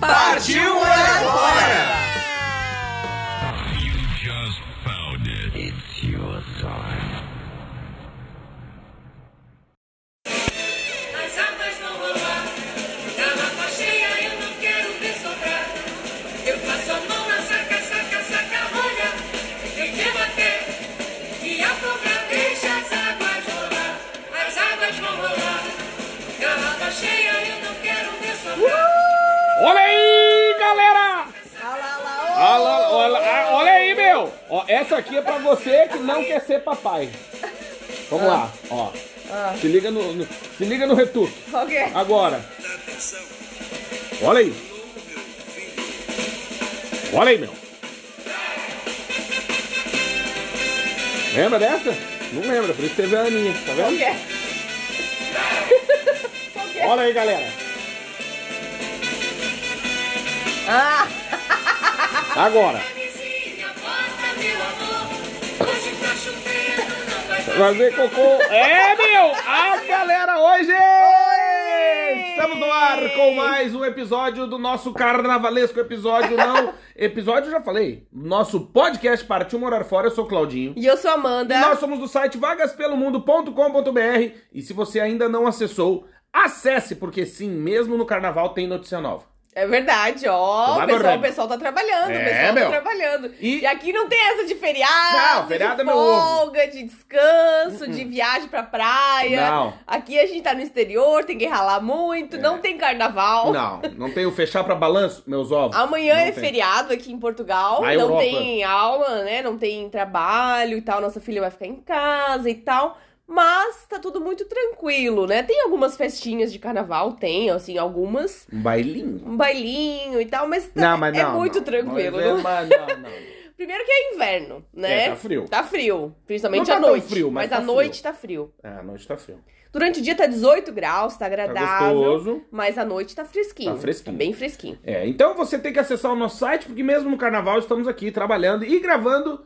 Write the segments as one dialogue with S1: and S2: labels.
S1: Partiu morar fora!
S2: You just found it. It's your time.
S3: As almas não vão lá, da lata cheia eu não quero desdobrar. Eu passo a mão na saca, saca, saca, olha, tem que bater. E a cobra deixa as águas rolar, as águas vão rolar. Da lata cheia eu não quero desdobrar.
S1: Olha aí, galera! Olha lá, olha, ah, olha aí, meu! Ó, essa aqui é pra você que não quer ser papai. Vamos lá, ó. Se liga no, no- se liga no retuque.
S4: Ok.
S1: Agora. Olha aí. Olha aí, meu. Lembra dessa? Não lembra, por isso teve a Aninha, tá vendo? Olha aí, galera. Agora.
S3: Vizinha, bota meu amor, hoje pra chuveiro não vai
S1: Fazer cocô. É, meu! A galera hoje! Estamos no ar com mais um episódio do nosso carnavalesco episódio, não. Episódio, eu já falei. Nosso podcast Partiu Morar Fora, eu sou Claudinho.
S4: E eu sou Amanda.
S1: E nós somos do site vagaspelomundo.com.br e se você ainda não acessou, acesse, porque sim, mesmo no carnaval tem notícia nova.
S4: É verdade, ó.
S1: Vai
S4: O pessoal,
S1: dormindo.
S4: o pessoal tá trabalhando,
S1: É,
S4: o pessoal
S1: meu.
S4: tá trabalhando. E...
S1: E-
S4: aqui não tem essa de feriado,
S1: Não, feriado
S4: de
S1: é meu ovo.
S4: folga, de descanso, de viagem pra praia.
S1: Não. É.
S4: Aqui a gente tá no exterior, tem que ralar muito, não tem carnaval.
S1: Não, não tem o fechar pra balanço, meus ovos.
S4: Amanhã
S1: Não
S4: é
S1: tem.
S4: feriado aqui em Portugal,
S1: Na
S4: não
S1: Europa.
S4: tem aula, né? Não tem trabalho e tal, nossa filha vai ficar em casa e tal. Mas tá tudo muito tranquilo, né? Tem algumas festinhas de carnaval, tem, assim, algumas.
S1: Um bailinho.
S4: Um bailinho e tal, mas, tá-
S1: Não, mas
S4: é
S1: não,
S4: muito
S1: não.
S4: tranquilo.
S1: Mas é-
S4: não-
S1: mas não, não.
S4: Primeiro que é inverno, né?
S1: É, tá frio.
S4: Tá frio, principalmente
S1: Não tá
S4: à
S1: tão
S4: noite.
S1: frio, mas tá
S4: à
S1: frio.
S4: noite tá frio.
S1: É, a noite tá frio.
S4: Durante o dia tá 18 graus, tá
S1: Tá
S4: agradável.
S1: gostoso.
S4: mas à noite tá fresquinho.
S1: Tá fresquinho.
S4: bem fresquinho.
S1: É, então você tem que acessar o nosso site, porque mesmo no carnaval estamos aqui trabalhando e gravando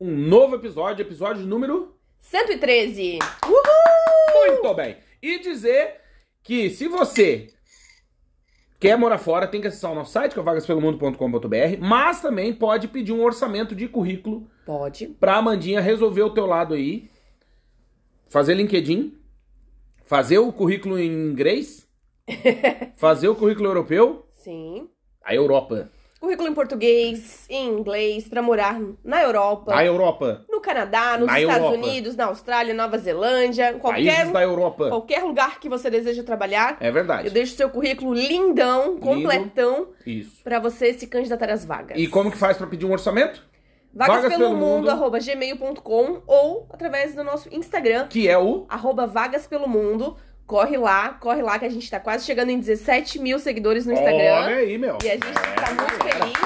S1: um novo episódio, episódio número.
S4: 113.
S1: Muito bem! E dizer que se você quer morar fora, tem que acessar o nosso site, que é o vagaspelomundo.com.br, mas também pode pedir um orçamento de currículo
S4: Pode.
S1: pra Amandinha resolver o teu lado aí, fazer LinkedIn, fazer o currículo em inglês, fazer o currículo europeu,
S4: Sim.
S1: a Europa.
S4: Currículo em português, em inglês, pra morar na Europa,
S1: A Europa.
S4: no Canadá, nos
S1: Na
S4: Estados
S1: Europa.
S4: Unidos, na Austrália, Nova Zelândia, qualquer,
S1: Países da Europa.
S4: qualquer lugar que você deseja trabalhar.
S1: É
S4: Eu
S1: verdade.
S4: deixo seu currículo lindão, completão,
S1: Isso.
S4: pra você se candidatar às vagas.
S1: E como que faz pra pedir um orçamento?
S4: Vagas
S1: Vagas
S4: pelo
S1: pelo
S4: mundo,
S1: mundo.
S4: arroba gmail.com ou através do nosso Instagram,
S1: Que é o.
S4: arroba vagas pelo mundo. Corre lá, corre lá que a gente tá quase chegando em 17 mil seguidores no Instagram.
S1: Olha aí, É. meu.
S4: E a gente tá muito feliz.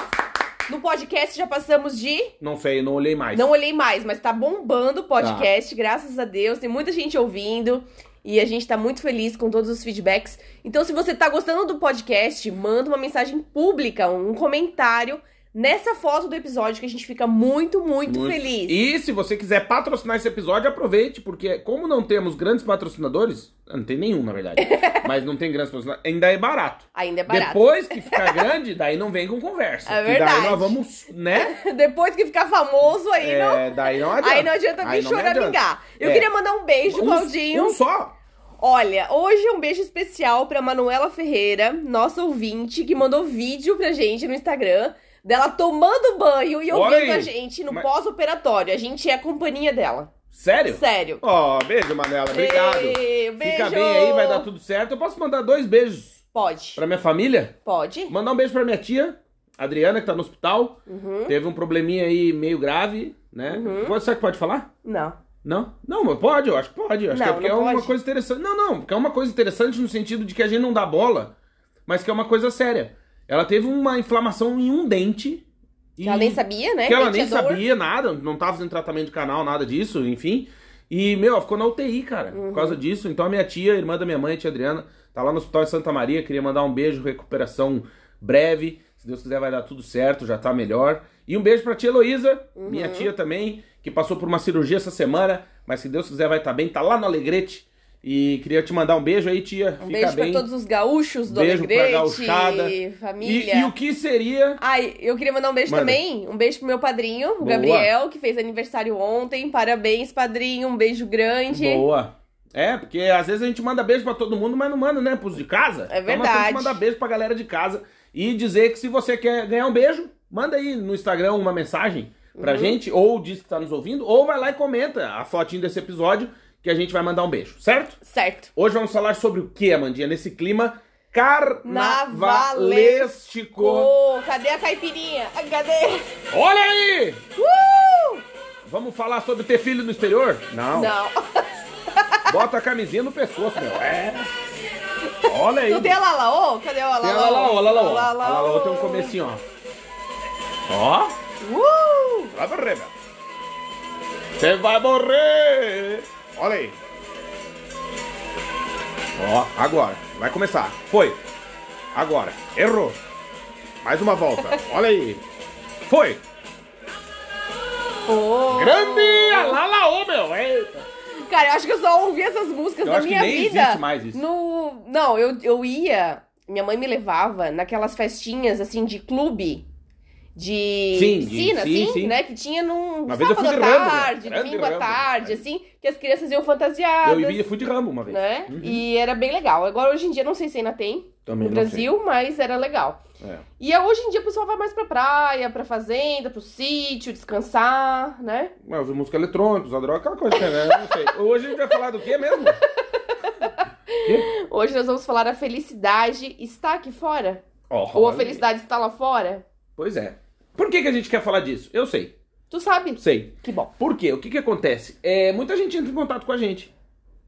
S4: No podcast já passamos de
S1: Não sei, não olhei mais.
S4: Não olhei mais, mas tá bombando o podcast, graças a Deus. Tem muita gente ouvindo. E a gente tá muito feliz com todos os feedbacks. Então, se você tá gostando do podcast, manda uma mensagem pública, um comentário nessa foto do episódio, que a gente fica muito, muito,
S1: Muito.
S4: feliz.
S1: E se você quiser patrocinar esse episódio, aproveite, porque como não temos grandes patrocinadores, ah, não tem nenhum, na verdade. Mas não tem grandes patrocinadores, ainda é barato.
S4: Ainda é barato.
S1: Depois que ficar grande, daí não vem com conversa.
S4: É
S1: E
S4: verdade.
S1: daí nós vamos, né?
S4: Depois, que ficar famoso, aí não.
S1: É, daí não adianta.
S4: Aí não adianta vir
S1: Aí não me
S4: choramingar. Eu
S1: É.
S4: queria mandar um beijo, Claudinho.
S1: Um, um só.
S4: Olha, hoje é um beijo especial pra Manuela Ferreira, nossa ouvinte, que mandou vídeo pra gente no Instagram dela tomando banho e
S1: Olha
S4: ouvindo
S1: aí.
S4: a gente no
S1: Mas-
S4: pós-operatório. A gente é a companhia dela.
S1: Sério?
S4: Sério.
S1: Ó, beijo, Manuela. Obrigado.
S4: Ei, beijo.
S1: Fica bem aí, vai dar tudo certo. Eu posso mandar dois beijos
S4: Pode.
S1: pra minha família?
S4: Pode.
S1: Mandar um beijo pra minha tia, Adriana, que tá no hospital.
S4: Uhum.
S1: Teve um probleminha aí meio grave, né?
S4: Uhum.
S1: Pode, será que pode falar?
S4: Não.
S1: Não? Não, mas pode, eu acho que pode. Eu acho
S4: Não,
S1: que é porque
S4: não
S1: é uma
S4: pode.
S1: coisa interessante. Não, não, porque é uma coisa interessante no sentido de que a gente não dá bola, mas que é uma coisa séria. Ela teve uma inflamação em um dente.
S4: Que
S1: e-
S4: ela nem sabia, né?
S1: que ela nem
S4: tinha dor.
S1: sabia nada, não tava fazendo tratamento de canal, nada disso, enfim. E, meu, ela ficou na UTI, cara,
S4: Uhum.
S1: por causa disso. Então a minha tia, irmã da minha mãe, tia Adriana, tá lá no Hospital de Santa Maria, queria mandar um beijo, recuperação breve. Se Deus quiser, vai dar tudo certo, já tá melhor. E um beijo pra tia Heloísa,
S4: Uhum.
S1: minha tia também, que passou por uma cirurgia essa semana, mas se Deus quiser, vai estar bem, tá lá no Alegrete. E queria te mandar um beijo aí, tia.
S4: Um
S1: Fica
S4: beijo
S1: bem.
S4: pra todos os gaúchos do
S1: Beijo pra
S4: Alegrete,
S1: gauchada.
S4: família.
S1: e, e o que seria
S4: Ai, eu queria mandar um beijo
S1: Manda.
S4: também. Um beijo pro meu padrinho, o
S1: Boa.
S4: Gabriel, que fez aniversário ontem. Parabéns, padrinho. Um beijo grande.
S1: Boa. É, porque às vezes a gente manda beijo pra todo mundo, mas não manda, né, pros de casa.
S4: É
S1: Então nós temos que
S4: verdade.
S1: mandar beijo pra galera de casa e dizer que se você quer ganhar um beijo, manda aí no Instagram uma mensagem pra
S4: Uhum.
S1: gente, ou diz que tá nos ouvindo, ou vai lá e comenta a fotinho desse episódio que a gente vai mandar um beijo, certo?
S4: Certo.
S1: Hoje vamos falar sobre o que, Amandinha, nesse clima carnavalesco.
S4: Ô, cadê a caipirinha? Ah, Cadê?
S1: Olha aí!
S4: Uh!
S1: Vamos falar sobre ter filho no exterior?
S4: Não.
S1: Bota a camisinha no pescoço, meu. É. Olha aí.
S4: Não tem a Lalaô? Cadê a Lalaô?
S1: Tem a Lalaô, a Lalaô. A Lalaô
S4: Lalaô.
S1: tem um comecinho, ó. Ó.
S4: Uh!
S1: Vai morrer, meu. Você vai morrer. Olha aí. Ó, agora. Vai começar. Foi. Agora. Errou. Mais uma volta. Olha aí. Foi.
S4: Ô.
S1: Grande a Lalaô, meu. Eita.
S4: Cara, eu acho que eu só ouvi essas músicas
S1: Eu
S4: na
S1: acho que
S4: minha
S1: nem
S4: vida.
S1: existe mais isso.
S4: No... Não, eu, eu ia. Minha mãe me levava naquelas festinhas assim de clube. De
S1: Sim, de-
S4: piscina,
S1: sim,
S4: assim,
S1: sim.
S4: né? Que tinha num
S1: Uma vez eu
S4: sábado
S1: fui
S4: à
S1: de Rambo, né?
S4: tarde,
S1: Grande
S4: domingo à
S1: Rambo.
S4: tarde, assim, que as crianças iam fantasiadas.
S1: Eu ia fui de ramo uma vez.
S4: né?
S1: Uhum.
S4: E era bem legal. Agora hoje em dia não sei se ainda tem
S1: Também
S4: no
S1: não
S4: Brasil, mas era legal.
S1: sei. É.
S4: E é, hoje em dia o pessoal vai mais pra praia, pra fazenda, pro sítio, descansar, né?
S1: Mas ouvir música eletrônica, usar droga, aquela coisa, né? Não sei. Hoje a gente vai falar do quê mesmo?
S4: Hoje nós vamos falar a felicidade está aqui fora.
S1: Ó,
S4: Ou a
S1: olha aí.
S4: felicidade está lá fora?
S1: Pois é. Por que, que a gente quer falar disso? Eu sei,
S4: Tu sabe.
S1: sei.
S4: Que bom.
S1: Por quê? O que, que acontece? É, muita gente entra em contato com a gente.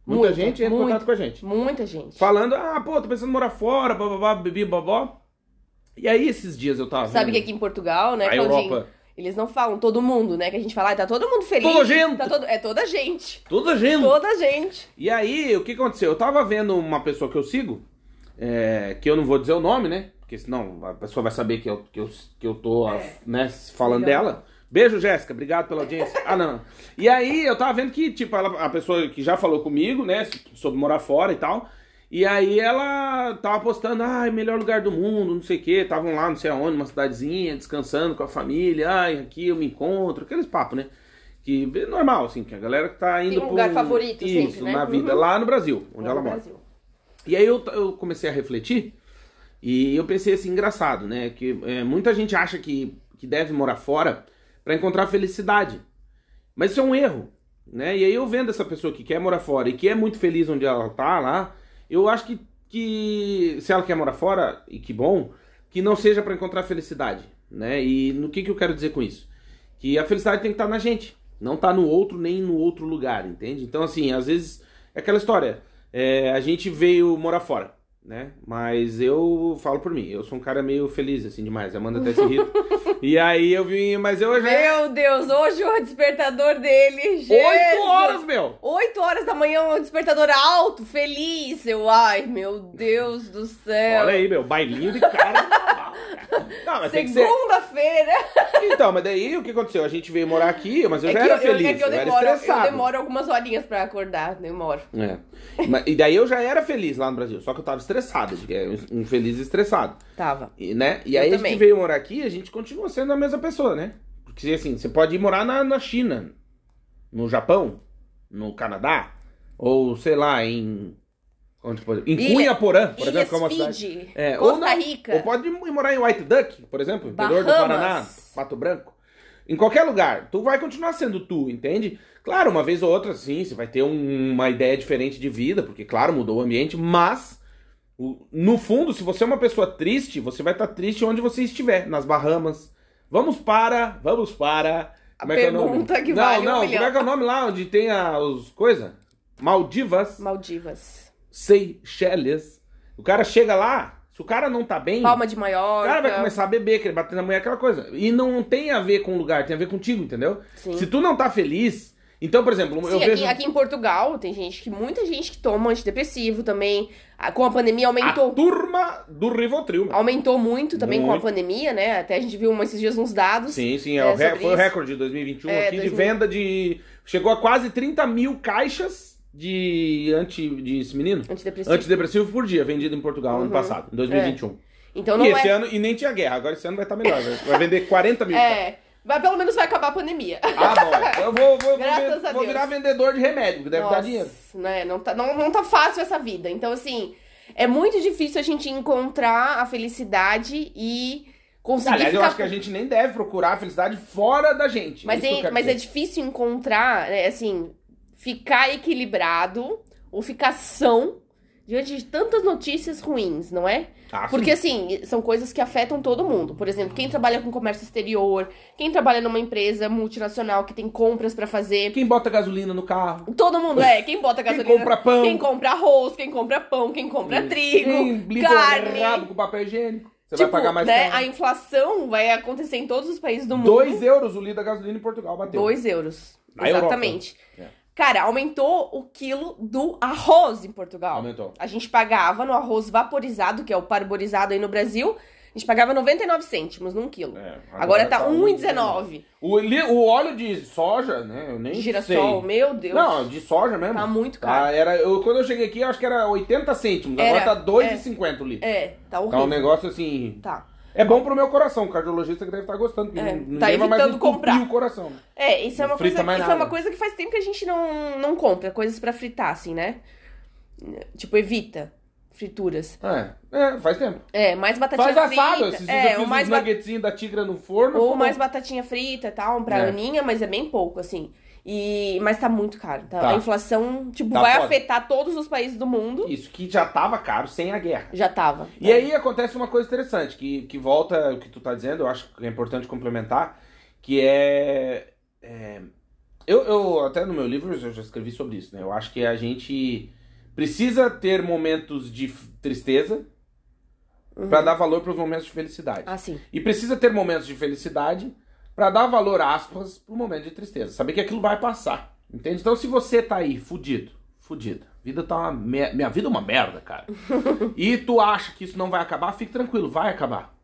S1: Muita,
S4: Muita,
S1: gente entra em
S4: muita.
S1: contato com a gente.
S4: Muita gente.
S1: Falando, ah, pô, tô pensando em morar fora, bababá, bibi, babó. E aí, esses dias eu tava
S4: Sabe que
S1: vendo
S4: aqui em Portugal, né,
S1: a
S4: Claudinho?
S1: Europa,
S4: Eles não falam todo mundo, né? Que a gente fala, ah, tá todo mundo feliz.
S1: Toda gente.
S4: Tá todo... É toda gente.
S1: toda gente.
S4: Toda gente.
S1: E aí, o que aconteceu? Eu tava vendo uma pessoa que eu sigo, é, que eu não vou dizer o nome, né? Porque senão a pessoa vai saber que eu, que eu, que eu tô né, falando
S4: Legal.
S1: dela. Beijo, Jéssica. Obrigado pela audiência. Ah, não. E aí, eu tava vendo que, tipo, ela- a pessoa que já falou comigo, né? Sobre morar fora e tal. E aí ela tava postando, ai, melhor lugar do mundo, não sei o quê. Estavam lá, não sei aonde, numa cidadezinha, descansando com a família. Ai, aqui eu me encontro. Aqueles papos, né? Que é normal, assim, que a galera que tá indo
S4: um lugar
S1: pro-
S4: favorito sempre,
S1: Isso,
S4: né?
S1: na vida,
S4: Uhum.
S1: lá no Brasil, onde
S4: Lá
S1: ela
S4: no
S1: mora.
S4: Brasil.
S1: E aí eu, eu comecei a refletir e eu pensei assim, engraçado, né? Que é, muita gente acha que, que deve morar fora pra encontrar felicidade. Mas isso é um erro, né? E aí eu vendo essa pessoa que quer morar fora e que é muito feliz onde ela tá lá, eu acho que, que se ela quer morar fora, e que bom, que não seja pra encontrar felicidade, né? E no que, que eu quero dizer com isso? Que a felicidade tem que estar na gente, não tá no outro nem no outro lugar, entende? Então, assim, às vezes é aquela história, é, a gente veio morar fora, né? Mas eu falo por mim, eu sou um cara meio feliz, assim, demais, Amanda até se irrita. e aí eu vim, mas eu já... é
S4: Meu Deus, hoje o despertador dele.
S1: Oito
S4: Jesus.
S1: horas, meu!
S4: 8 horas da manhã, um despertador alto, feliz. Eu, ai, meu Deus do céu.
S1: Olha aí, meu, bailinho de cara. Não, mas tem que ser.
S4: Segunda-feira.
S1: Então, mas daí o que aconteceu? A gente veio morar aqui, mas eu
S4: É
S1: já
S4: que
S1: era
S4: eu- eu-
S1: feliz.
S4: é que eu
S1: eu
S4: demoro,
S1: era
S4: eu
S1: estressado.
S4: demoro algumas horinhas pra acordar, demoro.
S1: É. Mas- E daí eu já era feliz lá no Brasil, só que eu tava estressado, é, um feliz estressado.
S4: Tava.
S1: E, né? e
S4: Eu
S1: aí a gente
S4: também.
S1: veio morar aqui, a gente continua sendo a mesma pessoa, né? Porque assim, você pode ir morar na, na China, no Japão, no Canadá, ou sei lá, em. Onde pode... Em
S4: Ilha-
S1: Cunha Porã, por
S4: Ilhas
S1: exemplo, que é uma cidade.
S4: Fiji,
S1: É, ou
S4: Costa
S1: na-
S4: Rica.
S1: Ou pode ir morar em White Duck, por exemplo, interior do
S4: Bahamas.
S1: Paraná, Pato Branco. Em qualquer lugar, tu vai continuar sendo tu, entende? Claro, uma vez ou outra, sim, você vai ter um- uma ideia diferente de vida, porque, claro, mudou o ambiente, mas, o- no fundo, se você é uma pessoa tá triste, você vai estar triste onde você estiver, nas Bahamas. Vamos para, vamos para
S4: A
S1: Como é que é o nome?
S4: pergunta que,
S1: não,
S4: vale
S1: não,
S4: um
S1: como é
S4: milhão.
S1: que é o nome lá onde tem as coisas? Maldivas,
S4: Maldivas.
S1: Seychelles. O cara chega lá, se o cara não tá bem,
S4: Palma de
S1: o
S4: Maiorca.
S1: cara vai começar a beber, querer bater na mulher, aquela coisa. E não tem a ver com o lugar, tem a ver contigo, entendeu?
S4: Sim.
S1: Se tu não tá feliz. Então, por exemplo,
S4: Sim,
S1: eu
S4: aqui,
S1: vejo.
S4: aqui em Portugal tem gente que muita gente que toma antidepressivo também. Ah, Com a pandemia
S1: a
S4: aumentou.
S1: turma do Rivotril. meu.
S4: Aumentou muito também com a
S1: Muito.
S4: pandemia, né? Até a gente viu uma- esses dias uns dados.
S1: Sim, sim, é
S4: É,
S1: o re-
S4: sobre
S1: foi o
S4: isso.
S1: recorde de 2021
S4: É,
S1: aqui
S4: 2000.
S1: de venda de. Chegou a quase 30 mil caixas de anti. de esse menino?
S4: Antidepressivo.
S1: Antidepressivo por dia, vendido em Portugal ano
S4: Uhum.
S1: passado, em 2021.
S4: Então
S1: e
S4: não
S1: esse
S4: é.
S1: ano, e nem tinha guerra, agora esse ano vai estar melhor. vai- Vai vender 40 mil. caixas.
S4: É. Vai, pelo menos vai acabar a pandemia.
S1: Ah, bom. Eu vou, vou, vou,
S4: Graças
S1: ver-
S4: a
S1: vou
S4: Deus.
S1: virar vendedor de remédio, que deve
S4: Nossa,
S1: dar dinheiro.
S4: Né? Não, tá, não, não tá fácil essa vida. Então, assim, é muito difícil a gente encontrar a felicidade e conseguir
S1: Aliás, eu
S4: ficar
S1: acho que a gente nem deve procurar a felicidade fora da gente.
S4: Mas,
S1: Isso que eu
S4: é,
S1: quero
S4: mas é
S1: dizer.
S4: difícil encontrar, né, assim, ficar equilibrado ou ficar são diante de tantas notícias ruins, não é?
S1: Ah, sim.
S4: Porque, assim, são coisas que afetam todo mundo. Por exemplo, quem trabalha com comércio exterior, quem trabalha numa empresa multinacional que tem compras pra fazer.
S1: Quem bota gasolina no carro,
S4: Todo mundo, é, quem bota
S1: quem
S4: gasolina.
S1: compra pão,
S4: Quem compra arroz, quem compra pão, quem compra trigo,
S1: quem blita
S4: carne.
S1: rabo com papel higiênico. Você
S4: tipo,
S1: vai pagar mais
S4: né,
S1: caro.
S4: a inflação vai acontecer em todos os países do mundo.
S1: 2 euros o litro da gasolina em Portugal bateu.
S4: 2 euros.
S1: Na
S4: Exatamente.
S1: Europa. É.
S4: Cara, aumentou o quilo do arroz em Portugal.
S1: Aumentou.
S4: A gente pagava no arroz vaporizado, que é o parborizado aí no Brasil, a gente pagava 99 cêntimos num quilo.
S1: É,
S4: agora, tá
S1: tá
S4: 1,19.
S1: O, li- o óleo de soja, né? Eu nem
S4: Girassol,
S1: sei.
S4: meu Deus.
S1: Não, de soja mesmo.
S4: tá muito caro.
S1: Tá, era, eu, quando eu cheguei aqui, eu acho que era 80 cêntimos.
S4: Era,
S1: agora tá 2,50 o litro.
S4: É, tá
S1: Tá um
S4: horrível.
S1: negócio assim.
S4: Tá.
S1: É bom pro meu coração, o cardiologista que deve estar gostando.
S4: É,
S1: É,
S4: tá
S1: não ninguém vai mais
S4: evitando
S1: entupir
S4: comprar.
S1: o coração.
S4: É, isso é
S1: Não
S4: uma
S1: frita
S4: coisa,
S1: mais
S4: isso é uma
S1: nada.
S4: coisa que faz tempo que a gente não, não compra, coisas pra fritar assim, né? Tipo, evita frituras.
S1: É, é, faz tempo.
S4: É, mais batatinha
S1: Faz assado.
S4: frita.
S1: Esses dias
S4: é,
S1: eu
S4: o
S1: fiz um
S4: mais
S1: uns
S4: ba-
S1: nuggetzinhos da tigra no forno.
S4: Ou
S1: ficou
S4: mais
S1: bom.
S4: batatinha frita e tal, pra
S1: É.
S4: aninha, mas é bem pouco, assim. E... Mas tá muito caro. tá?
S1: Tá.
S4: A inflação, tipo,
S1: Tá
S4: vai
S1: foda.
S4: afetar todos os países do mundo.
S1: Isso, que já tava caro sem a guerra.
S4: Já tava. É.
S1: E aí acontece uma coisa interessante, que, que volta o que tu tá dizendo, eu acho que é importante complementar, que é. é, eu, eu até no meu livro eu já escrevi sobre isso, né? Eu acho que a gente precisa ter momentos de f- tristeza
S4: Uhum.
S1: pra dar valor pros momentos de felicidade.
S4: Ah, sim.
S1: E precisa ter momentos de felicidade pra dar valor, aspas, pro momento de tristeza. Saber que aquilo vai passar. Entende? Então, se você tá aí, fudido, fudida, vida tá uma mer... minha vida é uma merda, cara. e tu acha que isso não vai acabar, fique tranquilo, vai acabar.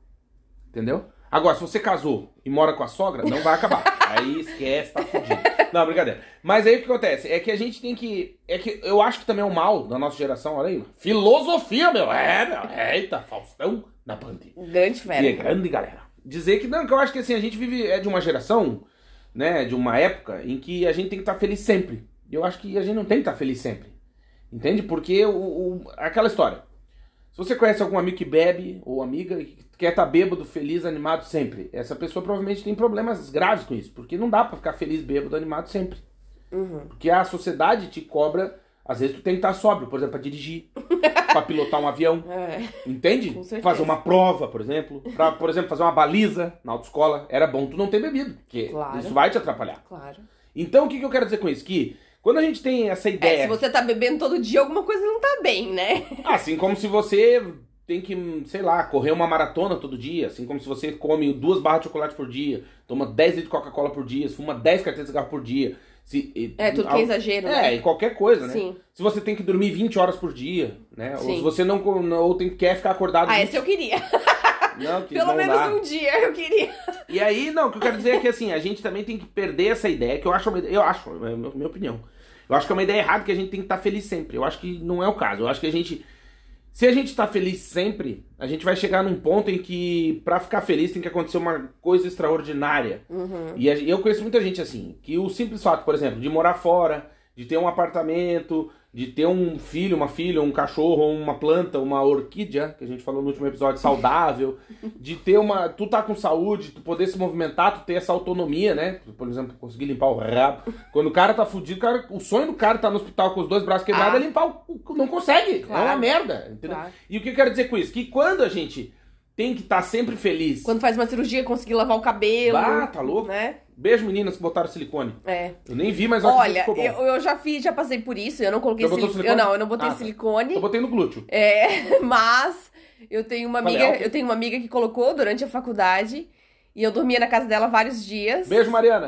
S1: Entendeu? Agora, se você casou e mora com a sogra, não vai acabar. aí esquece, tá fudido. Não, brincadeira. Mas aí o que acontece? É que a gente tem que. É que eu acho que também é um mal da nossa geração, olha aí. mano. Filosofia, meu. É, meu. Eita, Faustão na bandeira.
S4: Grande
S1: E é
S4: fera.
S1: grande, galera. Dizer que não, que eu acho que assim, a gente vive é de uma geração, né, de uma época em que a gente tem que estar feliz sempre. E eu acho que a gente não tem que estar feliz sempre. Entende? Porque o, o- aquela história. Se você conhece algum amigo que bebe ou amiga e que quer estar bêbado, feliz, animado sempre, essa pessoa provavelmente tem problemas graves com isso, porque não dá pra ficar feliz, bêbado, animado sempre.
S4: Uhum.
S1: Porque a sociedade te cobra, às vezes tu tem que estar sóbrio, por exemplo, pra dirigir, pra pilotar um avião.
S4: É.
S1: Entende?
S4: Com certeza.
S1: Fazer uma prova, por exemplo. Pra, por exemplo, fazer uma baliza na autoescola. Era bom tu não ter bebido, porque
S4: Claro.
S1: isso vai te atrapalhar.
S4: Claro.
S1: Então, o que, que eu quero dizer com isso? Que quando a gente tem essa
S4: É,
S1: ideia,
S4: se você tá bebendo todo dia, alguma coisa não tá bem, né?
S1: assim como se você tem que, sei lá, correr uma maratona todo dia, assim como se você come duas barras de chocolate por dia, toma 10 litros de Coca-Cola por dia, fuma 10 carteiras de cigarro por dia. Se, e-
S4: É, tudo que é exagero, né?
S1: É, e qualquer coisa, né?
S4: Sim.
S1: Se você tem que dormir 20 horas por dia, né? Ou
S4: Sim.
S1: se você não, ou tem, quer ficar acordado...
S4: Ah,
S1: 20
S4: essa eu queria.
S1: Não, que
S4: Pelo
S1: não
S4: menos
S1: dá.
S4: um dia eu queria.
S1: E aí, não, o que eu quero dizer é que assim, a gente também tem que perder essa ideia, que eu acho, uma ideia- eu acho, é a minha opinião. Eu acho que é uma ideia errada que a gente tem que estar feliz sempre. Eu acho que não é o caso. Eu acho que a gente se a gente tá feliz sempre, a gente vai chegar num ponto em que pra ficar feliz tem que acontecer uma coisa extraordinária.
S4: Uhum.
S1: E a- eu conheço muita gente assim, que o simples fato, por exemplo, de morar fora, de ter um apartamento, de ter um filho, uma filha, um cachorro, uma planta, uma orquídea, que a gente falou no último episódio, saudável, de ter uma. Tu tá com saúde, tu poder se movimentar, tu ter essa autonomia, né? Por exemplo, conseguir limpar o rabo. Quando o cara tá fudido, o, cara- o sonho do cara tá no hospital com os dois braços quebrados
S4: Ah.
S1: é limpar o. o- Não consegue. É
S4: Claro.
S1: uma merda. Entendeu?
S4: Claro.
S1: E o que eu quero dizer com isso? Que quando a gente tem que estar sempre feliz.
S4: Quando faz uma cirurgia, conseguir lavar o cabelo.
S1: Ah, tá louco?
S4: Né?
S1: Beijo, meninas que botaram silicone.
S4: É.
S1: Eu nem vi, mas eu acredito que
S4: Olha,
S1: ficou bom.
S4: eu, eu já fiz, já passei por isso. Eu não coloquei
S1: Já botou
S4: silicone. Eu
S1: silicone?
S4: não, eu não botei
S1: Ah, tá.
S4: silicone.
S1: Eu botei no glúteo.
S4: É, mas eu tenho uma
S1: Falei
S4: amiga,
S1: alto.
S4: eu tenho uma amiga que colocou durante a faculdade e eu dormia na casa dela vários dias.
S1: Beijo, Mariana.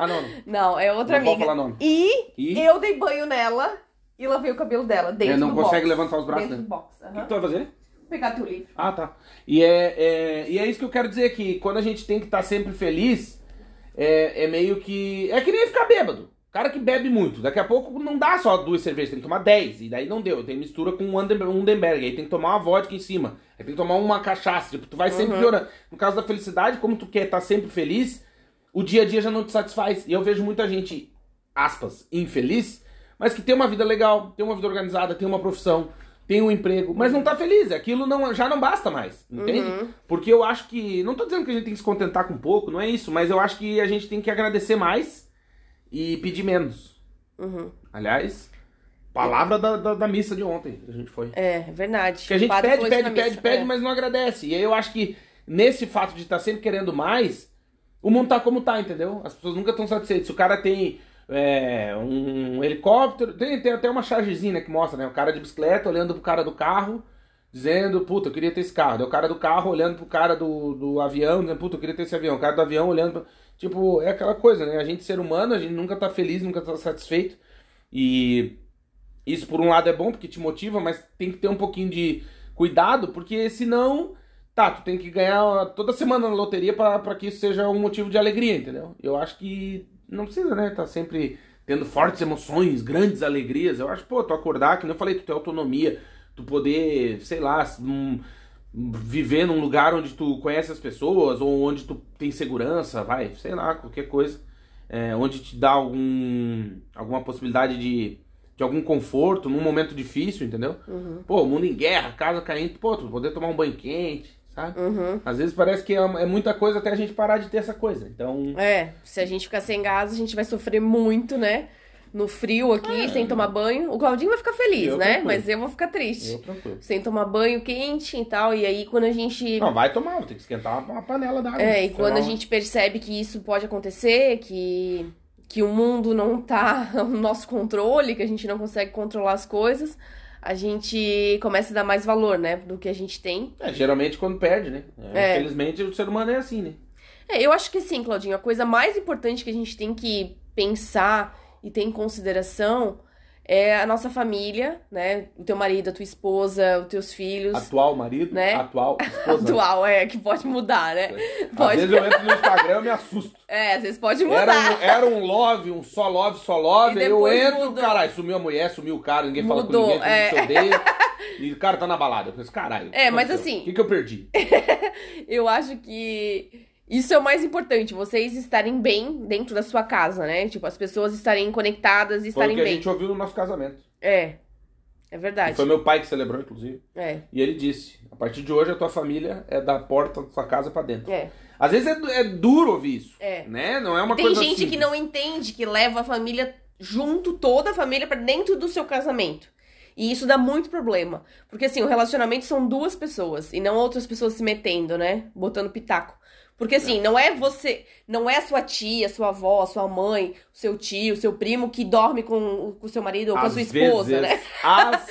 S1: Ah, não. não.
S4: Não, é outra
S1: Não vou
S4: amiga.
S1: falar nome.
S4: E,
S1: E
S4: eu dei banho nela e lavei o cabelo dela dentro
S1: É, não
S4: do
S1: consegue
S4: box.
S1: levantar os braços,
S4: Dentro
S1: né?
S4: do box,
S1: o que
S4: aham.
S1: que tu vai fazer?
S4: Vou pegar teu livro.
S1: Ah, tá. E é, é- e é isso que eu quero dizer que quando a gente tem que estar sempre feliz, é, é meio que. É que nem ficar bêbado. Cara que bebe muito, daqui a pouco não dá só duas cervejas, tem que tomar dez e daí não deu. Tem mistura com um Anden- um Hundenberg, aí tem que tomar uma vodka em cima, aí tem que tomar uma cachaça, tipo, tu vai sempre piorando. No caso da felicidade, como tu quer estar sempre feliz, o dia a dia já não te satisfaz. E eu vejo muita gente, aspas, infeliz, mas que tem uma vida legal, tem uma vida organizada, tem uma profissão, tem um emprego, mas não tá feliz. Aquilo não, já não basta mais, entende? Porque eu acho que. Não tô dizendo que a gente tem que se contentar com pouco, não é isso, mas eu acho que a gente tem que agradecer mais e pedir menos.
S4: Uhum.
S1: Aliás, palavra da, da, da missa de ontem que a gente foi.
S4: É, verdade.
S1: Que a gente
S4: O padre
S1: pede,
S4: falou isso
S1: pede,
S4: na
S1: pede,
S4: missa.
S1: pede,
S4: É.
S1: mas não agradece. E aí eu acho que nesse fato de estar sempre querendo mais, o mundo tá como tá, entendeu? As pessoas nunca estão satisfeitas. Se o cara tem é, um helicóptero, tem, tem até uma chargezinha né, que mostra, né? O cara de bicicleta olhando pro cara do carro, dizendo, puta, eu queria ter esse carro. Daí o cara do carro olhando pro cara do, do avião, dizendo, puta, eu queria ter esse avião. O cara do avião olhando pra... Tipo, é aquela coisa, né? A gente ser humano, a gente nunca tá feliz, nunca tá satisfeito. E isso por um lado é bom porque te motiva, mas tem que ter um pouquinho de cuidado, porque senão, tá, tu tem que ganhar toda semana na loteria pra pra que isso seja um motivo de alegria, entendeu? Eu acho que não precisa, né? Tá sempre tendo fortes emoções, grandes alegrias. Eu acho, pô, tu acordar, que nem eu falei, tu ter autonomia, tu poder, sei lá, um- viver num lugar onde tu conhece as pessoas ou onde tu tem segurança, vai, sei lá, qualquer coisa. É, onde te dá algum, alguma possibilidade de, de algum conforto num momento difícil, entendeu?
S4: Uhum.
S1: Pô, o mundo em guerra, casa caindo, pô, tu poder tomar um banho quente, sabe?
S4: Uhum.
S1: Às vezes parece que é, é muita coisa até a gente parar de ter essa coisa. Então,
S4: É, se a gente ficar sem gás, a gente vai sofrer muito, né? No frio aqui, sem tomar banho. O Claudinho vai ficar feliz,
S1: É. Eu
S4: né?
S1: tranquilo.
S4: Mas eu vou ficar triste.
S1: eu tranquilo.
S4: Sem tomar banho quente e tal. E aí, quando a gente.
S1: Não, vai tomar, tem que esquentar uma, uma panela d'água.
S4: É, e
S1: Sei
S4: quando
S1: lá,
S4: a gente percebe que isso pode acontecer, que, que o mundo não tá ao nosso controle, que a gente não consegue controlar as coisas, a gente começa a dar mais valor, né, do que a gente tem.
S1: É, geralmente quando perde, né? É,
S4: É.
S1: Infelizmente o ser humano é assim, né?
S4: É, eu acho que sim, Claudinho, a coisa mais importante que a gente tem que pensar e ter em consideração é a nossa família, né, o teu marido, a tua esposa, os teus filhos.
S1: Atual marido,
S4: Né?
S1: atual esposa.
S4: Atual, é, que pode mudar, né?
S1: É. Às
S4: Pode.
S1: vezes eu entro no Instagram e me assusto.
S4: É, às vezes pode mudar.
S1: Era um, era um love, um só love, só love.
S4: E
S1: Aí eu
S4: depois
S1: entro,
S4: mudou.
S1: caralho, sumiu a mulher, sumiu o cara, ninguém fala
S4: Mudou,
S1: com ninguém, todo mundo
S4: é.
S1: se odeia. E o cara tá na balada. Eu penso, caralho. o que
S4: É, mas
S1: aconteceu?
S4: assim-
S1: O que, que eu perdi?
S4: Eu acho que isso é o mais importante, vocês estarem bem dentro da sua casa, né? Tipo, as pessoas estarem conectadas e
S1: Foi o
S4: estarem
S1: que a
S4: bem.
S1: gente ouviu no nosso casamento.
S4: É. É
S1: E
S4: verdade.
S1: foi meu pai que celebrou, inclusive.
S4: É.
S1: E ele disse: a partir de hoje a tua família é da porta da tua casa pra dentro.
S4: É.
S1: Às vezes é, du- é duro ouvir isso.
S4: É.
S1: Né? Não é uma
S4: Tem
S1: coisa.
S4: gente que
S1: simples.
S4: não entende que leva a família junto, toda a família, pra dentro do seu casamento. E isso dá muito problema. Porque assim, o relacionamento são duas pessoas e não outras pessoas se metendo, né? Botando pitaco. Porque assim, não é você, não é a sua tia, sua avó, sua mãe, seu tio, seu primo que dorme com o com o seu marido ou com a
S1: Às
S4: sua esposa,
S1: vezes,
S4: né?
S1: Às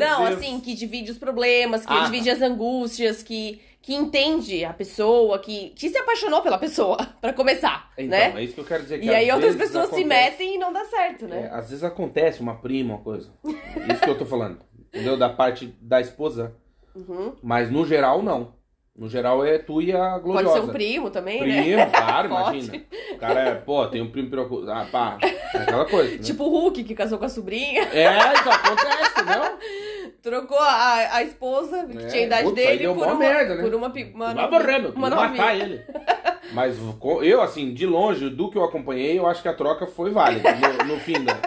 S4: Não, assim, que divide os problemas, que
S1: Ah, tá.
S4: divide as angústias, que, que entende a pessoa, que, que se apaixonou pela pessoa, pra começar,
S1: Então,
S4: né?
S1: é isso que eu quero dizer. Que
S4: E aí
S1: às
S4: outras
S1: vezes
S4: pessoas se
S1: acontece-
S4: metem e não dá certo,
S1: É,
S4: né?
S1: às vezes acontece uma prima, uma coisa. Isso que eu tô falando. Entendeu? Da parte da esposa.
S4: Uhum.
S1: Mas no geral, não. No geral é tu e a
S4: Pode
S1: gloriosa.
S4: ser um primo também, né?
S1: Primo, claro,
S4: Pode.
S1: imagina. O cara é, pô, tem um primo pirocu. Ah, pá. É aquela coisa. Né?
S4: Tipo o Hulk, que casou com a sobrinha,
S1: É, então acontece, entendeu?
S4: trocou a, a esposa, que
S1: É,
S4: tinha a idade
S1: putz, aí
S4: dele,
S1: deu
S4: por
S1: mó
S4: uma,
S1: merda, né?
S4: por uma, pi- uma,
S1: Vai
S4: novi-
S1: morrer, meu.
S4: uma
S1: Vou
S4: novinha.
S1: matar ele. Mas co- eu, assim, de longe, do que eu acompanhei, eu acho que a troca foi válida no, no fim da.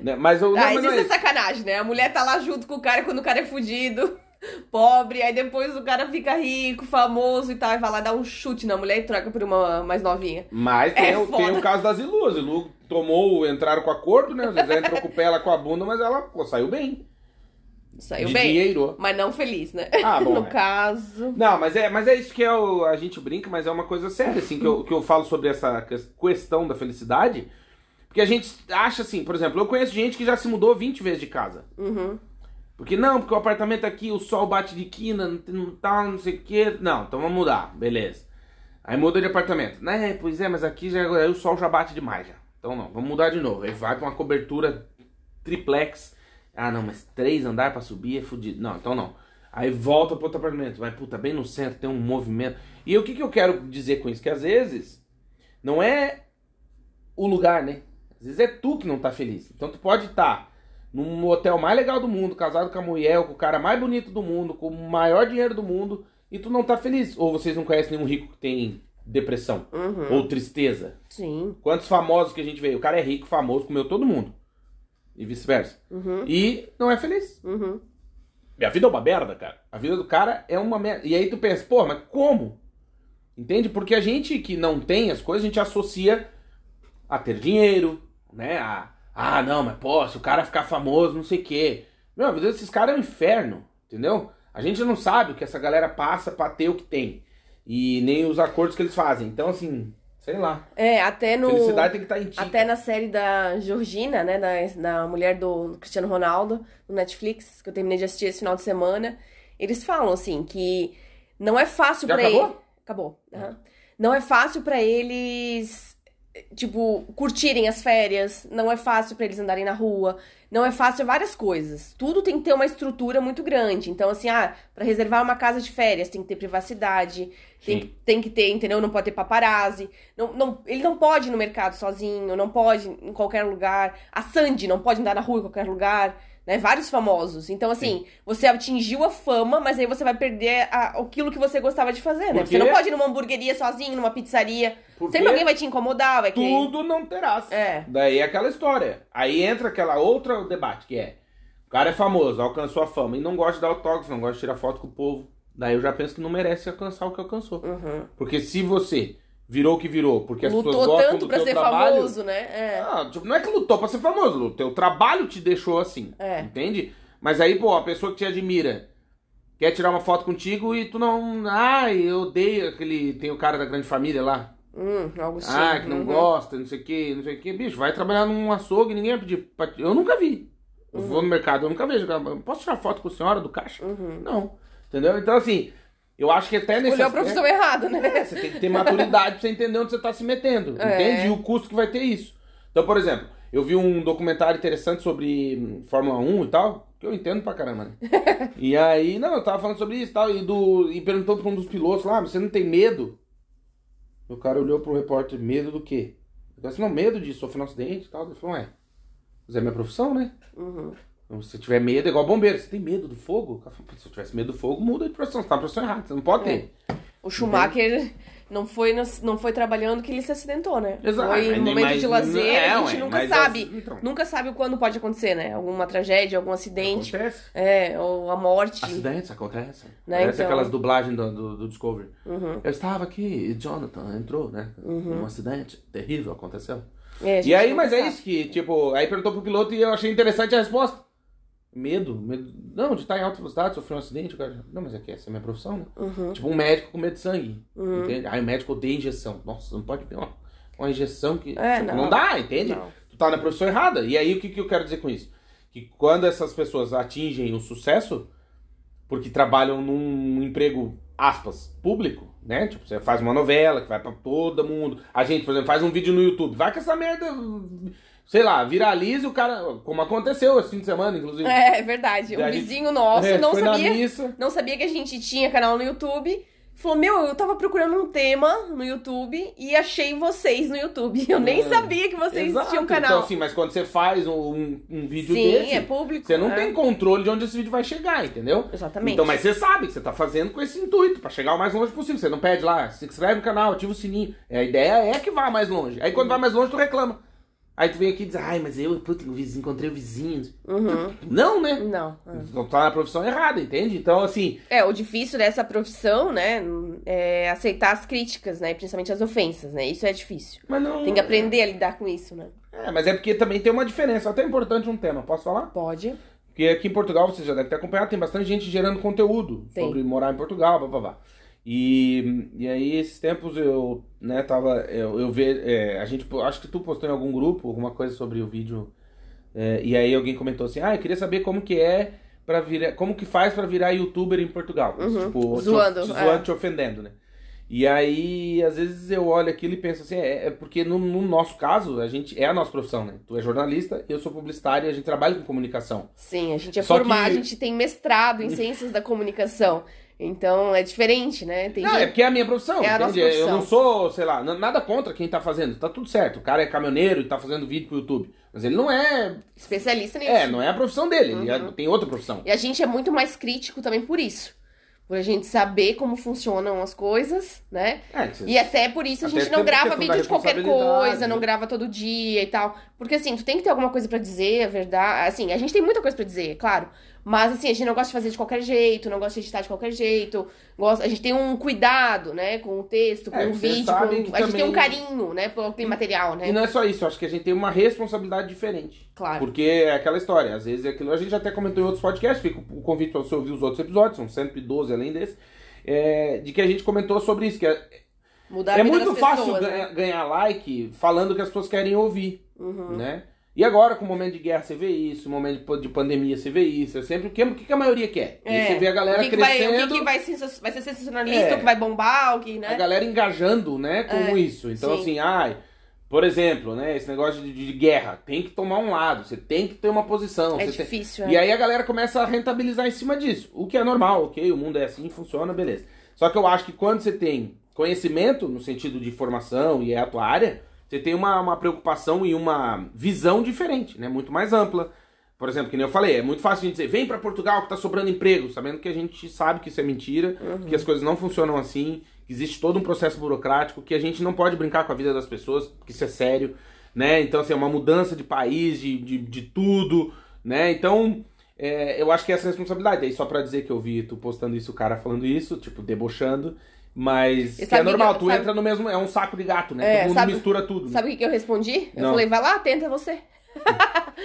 S1: né? Mas eu. não,
S4: Ah,
S1: mas não
S4: isso
S1: é
S4: é
S1: isso.
S4: sacanagem, né? A mulher tá lá junto com o cara quando o cara é fudido, pobre, aí depois o cara fica rico, famoso e tal, e vai lá dar um chute na mulher e troca por uma mais novinha.
S1: Mas tem,
S4: É
S1: o, tem
S4: foda.
S1: o caso das Ilu. As Ilu tomou, entraram com acordo, né? Às vezes entrou com o pé, ela com a bunda, mas ela pô, saiu bem.
S4: Saiu
S1: de
S4: bem.
S1: dinheiro.
S4: Mas não feliz, né?
S1: Ah, bom,
S4: no
S1: é.
S4: caso.
S1: Não, mas é, mas é isso que é o, a gente brinca, mas é uma coisa séria, assim, que eu, que eu falo sobre essa ques- questão da felicidade. Porque a gente acha assim, por exemplo, eu conheço gente que já se mudou 20 vezes de casa.
S4: Uhum.
S1: Porque não, porque o apartamento aqui, o sol bate de quina, não, tem- não tá, não sei o quê. Não, então vamos mudar, beleza. Aí muda de apartamento. Né, pois é, mas aqui já, aí o sol já bate demais já. Então não, vamos mudar de novo. Aí vai pra uma cobertura triplex. Ah não, mas três andar pra subir é fudido. Não, então não. Aí volta pro outro apartamento. Vai, puta, bem no centro, tem um movimento. E o que, que eu quero dizer com isso? Que às vezes não é o lugar, né? Às vezes é tu que não tá feliz. Então tu pode estar num hotel mais legal do mundo, casado com a mulher, ou com o cara mais bonito do mundo, com o maior dinheiro do mundo, e tu não tá feliz. Ou vocês não conhecem nenhum rico que tem depressão
S4: Uhum.
S1: ou tristeza.
S4: Sim.
S1: Quantos famosos que a gente vê? O cara é rico, famoso, comeu todo mundo. E vice-versa.
S4: Uhum.
S1: E não é feliz.
S4: Uhum.
S1: E a vida é uma merda, cara. A vida do cara é uma merda. E aí tu pensa, pô, mas como? Entende? Porque a gente que não tem as coisas, a gente associa a ter dinheiro, né? A, ah, não, mas pô, se o cara ficar famoso, não sei o quê. Meu, a vida desses caras é um inferno, entendeu? A gente não sabe o que essa galera passa pra ter o que tem. E nem os acordos que eles fazem. Então, assim, sei lá.
S4: É, até no.
S1: Felicidade tem que estar em ti.
S4: Até na série da Georgina, né? Da, da mulher do Cristiano Ronaldo, no Netflix, que eu terminei de assistir esse final de semana. Eles falam, assim, que não é fácil
S1: Já
S4: pra ele.
S1: acabou?
S4: Acabou. aham. Não é fácil pra eles, tipo, curtirem as férias. Não é fácil pra eles andarem na rua. Não é fácil várias coisas. Tudo tem que ter uma estrutura muito grande. Então, assim, ah, pra reservar uma casa de férias tem que ter privacidade. Tem, que- tem que ter, entendeu? Não pode ter paparazzi. Não, não, ele não pode ir no mercado sozinho, não pode em qualquer lugar. A Sandy não pode andar na rua em qualquer lugar. Né? Vários famosos. Então, assim, você atingiu a fama, mas aí você vai perder a- aquilo que você gostava de fazer, né?
S1: Porque-
S4: Você não pode ir numa hamburgueria sozinho, numa pizzaria.
S1: Porque
S4: Sempre alguém vai te incomodar, vai querer.
S1: tudo não terás.
S4: É.
S1: Daí é aquela história. Aí entra aquela outra debate, que é... O cara é famoso, alcançou a fama e não gosta de dar autógrafo, não gosta de tirar foto com o povo. Daí eu já penso que não merece alcançar o que alcançou.
S4: Uhum.
S1: Porque se você virou o que virou, porque as pessoas
S4: Lutou
S1: gostam
S4: tanto
S1: do
S4: pra
S1: teu
S4: ser
S1: trabalho...
S4: famoso, né? É.
S1: Não, tipo, não é que lutou pra ser famoso, o teu trabalho te deixou assim,
S4: É.
S1: entende? Mas aí, pô, a pessoa que te admira quer tirar uma foto contigo e tu não... Ai, eu odeio aquele... Tem o cara da grande família lá,
S4: Hum, algo assim.
S1: ah, que não
S4: Uhum.
S1: gosta, não sei o que, não sei o que. Bicho, vai trabalhar num açougue, ninguém vai pedir. pra- Eu nunca vi. Eu vou no mercado, eu nunca vejo. cara, Posso tirar foto com a senhora do caixa?
S4: Uhum.
S1: Não. Entendeu? Então, assim, eu acho que até nesse.
S4: Escolheu a
S1: aspecto-
S4: profissão errada, né?
S1: É, você tem que ter maturidade pra você entender onde você tá se metendo.
S4: É.
S1: Entende? E o custo que vai ter isso. Então, por exemplo, eu vi um documentário interessante sobre hum, Fórmula 1 e tal, que eu entendo pra caramba, né? e aí, não, eu tava falando sobre isso e tal, e, do, e perguntou pra um dos pilotos lá, "Mas você não tem medo? O cara olhou pro repórter, medo do quê? Eu disse, não, medo de sofrer um acidente e tal. Ele falou, ué, mas é minha profissão, né?
S4: Uhum.
S1: Então, se você tiver medo, é igual bombeiro. Você tem medo do fogo? O cara falou, "Pô, Se eu tivesse medo do fogo, muda de profissão. Você tá na profissão errada, você não pode ter.
S4: O
S1: Uhum.
S4: Schumacher não foi, no- não foi trabalhando que ele se acidentou, né?
S1: Exato.
S4: Foi
S1: Mas
S4: um
S1: nem
S4: momento
S1: mais-
S4: de lazer,
S1: É,
S4: a gente
S1: ué,
S4: nunca
S1: mas
S4: sabe.
S1: as- então.
S4: Nunca sabe quando pode acontecer, né? Alguma tragédia, algum acidente.
S1: Acontece.
S4: É, ou a morte.
S1: Acidentes acontecem.
S4: Né,
S1: Parece
S4: então.
S1: aquelas dublagens do, do, do Discovery.
S4: Uhum.
S1: Eu estava aqui e Jonathan entrou, né? Um acidente terrível aconteceu.
S4: É, a gente
S1: E aí,
S4: nunca
S1: mas é
S4: sabe.
S1: isso que, tipo, aí perguntou pro piloto e eu achei interessante a resposta. Medo, medo. Não, de estar em alta velocidade, sofrer um acidente, o cara. Não, mas é que essa é minha profissão, né?
S4: Uhum.
S1: Tipo, um médico com medo de sangue.
S4: Uhum.
S1: Entende? Aí o médico odeia injeção. Nossa, não pode ter uma, uma injeção que.
S4: É,
S1: tipo,
S4: não.
S1: dá, entende?
S4: Não.
S1: Tu tá na profissão errada. E aí o que, que eu quero dizer com isso? Que quando essas pessoas atingem o sucesso, porque trabalham num emprego, aspas, público, né? Tipo, você faz uma novela que vai pra todo mundo. A gente, por exemplo, faz um vídeo no YouTube. Vai que essa merda, sei lá, viraliza e o cara. Como aconteceu esse fim de semana, inclusive.
S4: É, é verdade.
S1: A
S4: Um
S1: gente-
S4: vizinho nosso
S1: É,
S4: não
S1: foi
S4: sabia.
S1: na missa.
S4: não sabia que a gente tinha canal no YouTube. Falou, meu, eu tava procurando um tema no YouTube e achei vocês no YouTube. Eu nem
S1: É.
S4: sabia que vocês
S1: Exato.
S4: tinham um canal.
S1: Então, assim, mas quando você faz um, um- um vídeo
S4: Sim,
S1: desse,
S4: é público.
S1: você não
S4: né?
S1: tem controle de onde esse vídeo vai chegar, entendeu?
S4: Exatamente.
S1: Então, mas você sabe que você tá fazendo com esse intuito, pra chegar o mais longe possível. Você não pede lá, se inscreve no canal, ativa o sininho. É, A ideia é que vá mais longe. Aí
S4: Uhum.
S1: quando vai mais longe, tu reclama. Aí tu vem aqui e diz, ai, mas eu puta, o vizinho, encontrei o vizinho.
S4: Uhum.
S1: Não, né?
S4: Não.
S1: Tu tá na profissão errada, entende? Então, assim,
S4: É, o difícil dessa profissão, né, é aceitar as críticas, né, principalmente as ofensas, né, isso é difícil.
S1: mas não...
S4: Tem que aprender a lidar com isso, né.
S1: É, mas é porque também tem uma diferença. Até é importante um tema, posso falar?
S4: Pode.
S1: Porque aqui em Portugal, você já deve ter acompanhado, tem bastante gente gerando conteúdo
S4: Tem.
S1: sobre morar em Portugal, blá blá blá. E, e aí, esses tempos eu, né, tava. Eu, eu vi. é, a gente, acho que tu postou em algum grupo alguma coisa sobre o vídeo. é, e aí alguém comentou assim: Ah, eu queria saber como que é para virar. Como que faz pra virar youtuber em Portugal?
S4: Uhum.
S1: Tipo, te-
S4: Zoando,
S1: te,
S4: é.
S1: zoando, te ofendendo, né? E aí, às vezes eu olho aquilo e penso assim, é, é porque no, no nosso caso, a gente é a nossa profissão, né? Tu é jornalista, eu sou publicitário e a gente trabalha com comunicação.
S4: Sim, a gente é
S1: Só
S4: formado,
S1: que-
S4: a gente tem mestrado em ciências da comunicação. Então é diferente, né? Tem
S1: Não, é
S4: gente...
S1: porque é a minha profissão,
S4: É a nossa
S1: entende?
S4: profissão.
S1: Eu não sou, sei lá, n- nada contra quem tá fazendo, tá tudo certo. O cara é caminhoneiro e tá fazendo vídeo pro YouTube. Mas ele não é.
S4: especialista nisso.
S1: É, não é a profissão dele, ele é- tem outra profissão.
S4: Uhum. E a gente é muito mais crítico também por isso. Por a gente saber como funcionam as coisas, né?
S1: É, que
S4: E até por isso a
S1: Até
S4: gente não
S1: tem
S4: grava
S1: questão da
S4: vídeo de qualquer
S1: responsabilidade.
S4: coisa, não grava todo dia e tal. Porque assim, tu tem que ter alguma coisa pra dizer, é verdade. Assim, a gente tem muita coisa pra dizer, é claro. Mas assim, a gente não gosta de fazer de qualquer jeito, não gosta de editar de qualquer jeito. Gosta... A gente tem um cuidado, né, com o texto, com
S1: É,
S4: o
S1: vocês
S4: vídeo.
S1: sabem
S4: com-
S1: que
S4: A gente tem um
S1: também-
S4: carinho, né, pelo aquele material,
S1: E
S4: né?
S1: não é só isso, eu acho que a gente tem uma responsabilidade diferente.
S4: Claro.
S1: Porque é aquela história, às vezes aquilo a gente até comentou em outros podcasts, fica o convite para você ouvir os outros episódios, são 112 além desse, é, de que a gente comentou sobre isso, que é,
S4: Mudar
S1: é
S4: a vida
S1: muito
S4: das
S1: fácil
S4: pessoas, né?
S1: ganha- ganhar like falando o que as pessoas querem ouvir,
S4: Uhum.
S1: né? E agora, com o momento de guerra, você vê isso, o momento de pandemia, você vê isso, é sempre o que, o que que a maioria quer. E
S4: É.
S1: você vê a galera
S4: o que que
S1: crescendo,
S4: Vai, o que, que vai, ser, vai ser sensacionalista,
S1: É.
S4: o que vai bombar, o que, né?
S1: a galera engajando, né, com
S4: É,
S1: isso. Então,
S4: sim.
S1: assim, ai... Por exemplo, né, esse negócio de, de guerra, tem que tomar um lado, você tem que ter uma posição,
S4: é
S1: você tem-
S4: difícil,
S1: E
S4: né?
S1: aí a galera começa a rentabilizar em cima disso. O que é normal, ok? O mundo é assim, funciona, beleza. Só que eu acho que quando você tem conhecimento, no sentido de formação e é a tua área, você tem uma, uma preocupação e uma visão diferente, né? Muito mais ampla. Por exemplo, que nem eu falei, é muito fácil a gente dizer, vem pra Portugal que tá sobrando emprego, sabendo que a gente sabe que isso é mentira,
S4: Uhum.
S1: que as coisas não funcionam assim, que existe todo um processo burocrático, que a gente não pode brincar com a vida das pessoas, que isso é sério, né? Então, assim, é uma mudança de país, de, de, de tudo, né? Então, é, eu acho que essa é a responsabilidade. Aí, só pra dizer que eu vi tu postando isso, o cara falando isso, tipo, debochando, mas
S4: E
S1: que
S4: sabe
S1: é
S4: que
S1: normal,
S4: eu-
S1: tu
S4: sabe-
S1: entra no mesmo, é um saco de gato, né?
S4: É,
S1: Todo mundo
S4: sabe-
S1: mistura tudo, né?
S4: Sabe o que, que eu respondi? Eu
S1: Não.
S4: falei, vai lá, tenta você.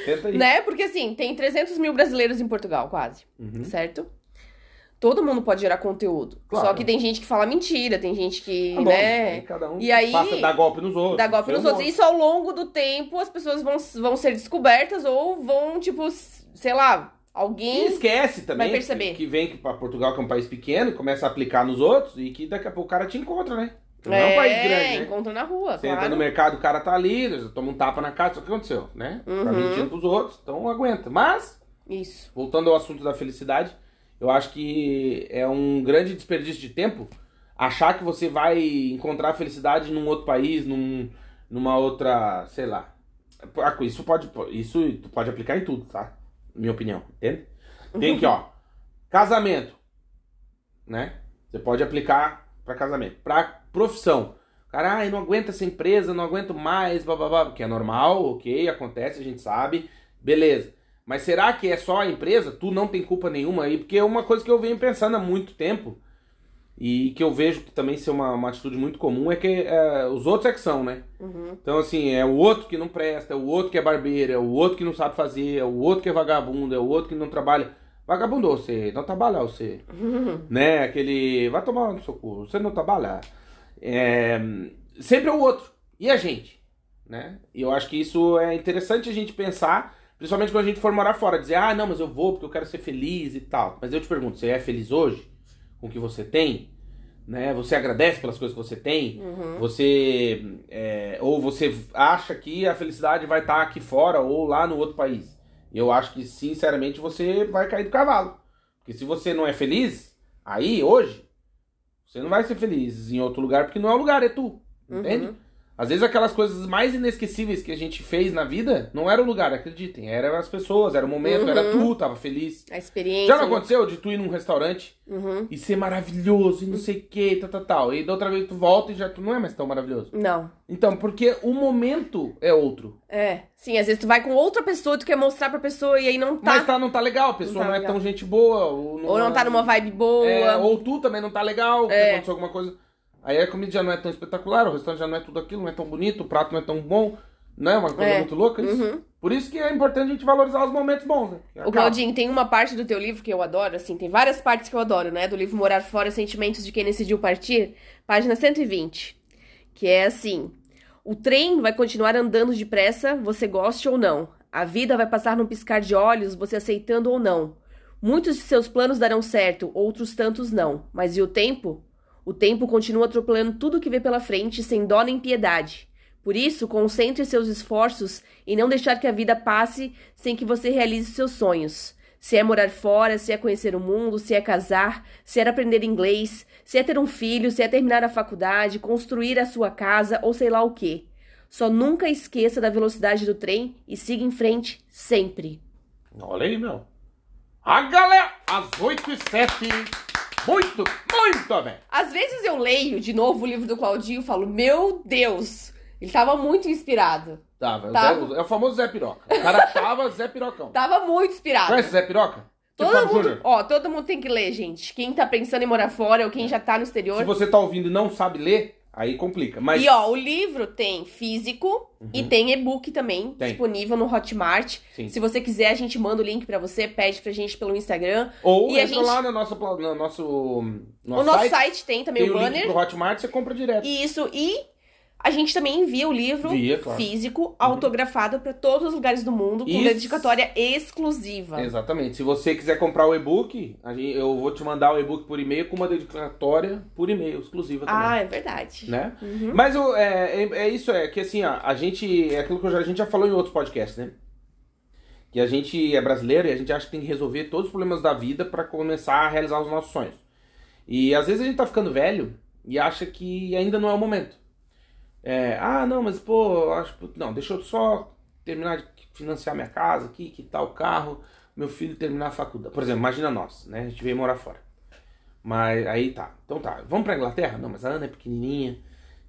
S1: Tenta aí.
S4: Né? Porque assim, tem 300 mil brasileiros em Portugal, quase.
S1: Uhum.
S4: Certo? Todo mundo pode gerar conteúdo.
S1: Claro.
S4: Só que tem gente que fala mentira, tem gente que,
S1: Tá bom,
S4: né,
S1: aí cada um
S4: E aí-
S1: passa a dar golpe nos outros.
S4: dá golpe
S1: tem
S4: nos
S1: um
S4: outros.
S1: monte.
S4: Isso ao longo do tempo, as pessoas vão, vão ser descobertas ou vão, tipo, s- sei lá,
S1: E
S4: alguém
S1: esquece também
S4: Vai perceber.
S1: Que, que vem que pra Portugal, que é um país pequeno, e começa a aplicar nos outros e que daqui a pouco o cara te encontra, né? Não é um país grande, né?
S4: encontra na rua,
S1: Você entra
S4: claro.
S1: no mercado, o cara tá ali, você toma um tapa na cara, só que aconteceu, né? Tá
S4: Uhum.
S1: mentindo pros outros, então aguenta. Mas,
S4: Isso.
S1: voltando ao assunto da felicidade, eu acho que é um grande desperdício de tempo achar que você vai encontrar felicidade num outro país, num, numa outra, sei lá. Ah, com Isso pode, isso tu pode aplicar em tudo, tá? Minha opinião, entende? Tem aqui, ó. Casamento, né? Você pode aplicar pra casamento, Pra profissão. Cara, ai, não aguenta essa empresa, não aguento mais, blá blá blá, que é normal, OK, acontece, a gente sabe. Beleza. Mas será que é só a empresa? Tu não tem culpa nenhuma aí, porque é uma coisa que eu venho pensando há muito tempo e que eu vejo que também ser uma, uma atitude muito comum é que é, os outros é que são, né?
S4: Uhum.
S1: Então, assim, é o outro que não presta, é o outro que é barbeiro, é o outro que não sabe fazer, é o outro que é vagabundo, é o outro que não trabalha. Vagabundo você, não trabalha você. Né? Aquele. Vai tomar no seu cu, você não trabalha. É, sempre é o outro. E a gente? Né? E eu acho que isso é interessante a gente pensar, principalmente quando a gente for morar fora, dizer, ah, não, mas eu vou porque eu quero ser feliz e tal. Mas eu te pergunto, você é feliz hoje com o que você tem? Né? Você agradece pelas coisas que você tem?
S4: Uhum.
S1: Você. é, ou você acha que a felicidade vai estar aqui fora ou lá no outro país. Eu acho que, sinceramente, você vai cair do cavalo. Porque se você não é feliz, aí, hoje, você não vai ser feliz em outro lugar, porque não é o lugar, é tu. Entende?
S4: Uhum.
S1: Às vezes aquelas coisas mais inesquecíveis que a gente fez na vida não era o lugar, acreditem. Eram as pessoas, era o momento,
S4: Uhum.
S1: era tu, tava feliz.
S4: A experiência.
S1: Já não aconteceu de tu ir num restaurante
S4: Uhum.
S1: e ser maravilhoso e não sei o que, tal, tal, tal. E da outra vez tu volta e já tu não é mais tão maravilhoso.
S4: Não.
S1: Então, porque o momento é outro.
S4: É. Sim, às vezes tu vai com outra pessoa, tu quer mostrar pra pessoa e aí não tá.
S1: Mas tá, não tá legal, a pessoa
S4: tá
S1: não, é
S4: legal.
S1: tão gente boa. Ou
S4: Ou não tá numa vibe boa.
S1: É, ou tu também não tá legal, porque
S4: É.
S1: aconteceu alguma coisa. Aí a comida já não é tão espetacular, o restaurante já não é tudo aquilo, não é tão bonito, o prato não é tão bom. Não é uma coisa
S4: É.
S1: muito louca isso? Por isso que é importante a gente valorizar os momentos bons, né?
S4: O Claudinho, tem uma parte do teu livro que eu adoro, assim, tem várias partes que eu adoro, né? Do livro Morar Fora, Sentimentos de Quem Decidiu Partir, página 120. Que é assim: O trem vai continuar andando depressa, você goste ou não. A vida vai passar num piscar de olhos, você aceitando ou não. Muitos de seus planos darão certo, outros tantos não. Mas e o tempo? O tempo continua atropelando tudo que vê pela frente, sem dó nem piedade. Por isso, concentre seus esforços em não deixar que a vida passe sem que você realize seus sonhos. Se é morar fora, se é conhecer o mundo, se é casar, se é aprender inglês, se é ter um filho, se é terminar a faculdade, construir a sua casa ou sei lá o quê. Só nunca esqueça da velocidade do trem e siga em frente sempre.
S1: Olha aí, meu. A galera, às 8 e 7 Muito, muito bem.
S4: Às vezes eu leio de novo o livro do Claudinho e falo: Meu Deus, ele tava muito inspirado.
S1: Tava.
S4: Tava.
S1: Zé- é o famoso Zé Piroca. O cara tava Zé Pirocão.
S4: Tava muito inspirado.
S1: Conhece Zé Piroca?
S4: Todo
S1: Tipo Fábio
S4: mundo,
S1: Júnior.
S4: ó, todo mundo tem que ler, gente. Quem tá pensando em morar fora ou quem já tá no
S1: É. Se
S4: exterior.
S1: você tá ouvindo e não sabe ler, aí complica. Mas
S4: E ó, o livro tem físico e tem e-book também,
S1: Uhum. Tem.
S4: disponível no Hotmart.
S1: Sim.
S4: Se você quiser, a gente manda o link pra você, pede pra gente pelo Instagram.
S1: ou
S4: e a
S1: entra
S4: gente-
S1: lá no nosso, pla- no nosso, no
S4: o nosso site, tem também
S1: tem
S4: o
S1: o link
S4: banner.
S1: pro Hotmart, você compra direto.
S4: E isso, e a gente também envia o livro
S1: Via, claro. Uhum.
S4: físico, autografado pra todos os lugares do mundo, com
S1: Isso.
S4: dedicatória exclusiva.
S1: Exatamente. Se você quiser comprar o e-book, a gente- eu vou te mandar o e-book por e-mail com uma dedicatória por e-mail, exclusiva também.
S4: Ah, é verdade.
S1: né?
S4: Uhum.
S1: Mas o- é, é- é isso, é que assim, ó, a gente. É aquilo que eu já- a gente já falou em outros podcasts, né? Que a gente é brasileiro e a gente acha que tem que resolver todos os problemas da vida pra começar a realizar os nossos sonhos. E às vezes a gente tá ficando velho e acha que ainda não é o momento. É, ah, não, mas pô, eu acho. Não, deixa eu só terminar de financiar minha casa aqui, quitar o carro, meu filho terminar a faculdade. Por exemplo, imagina nós, né? A gente veio morar fora. Mas aí tá. Então tá, vamos pra Inglaterra? Não, mas a Ana é pequenininha.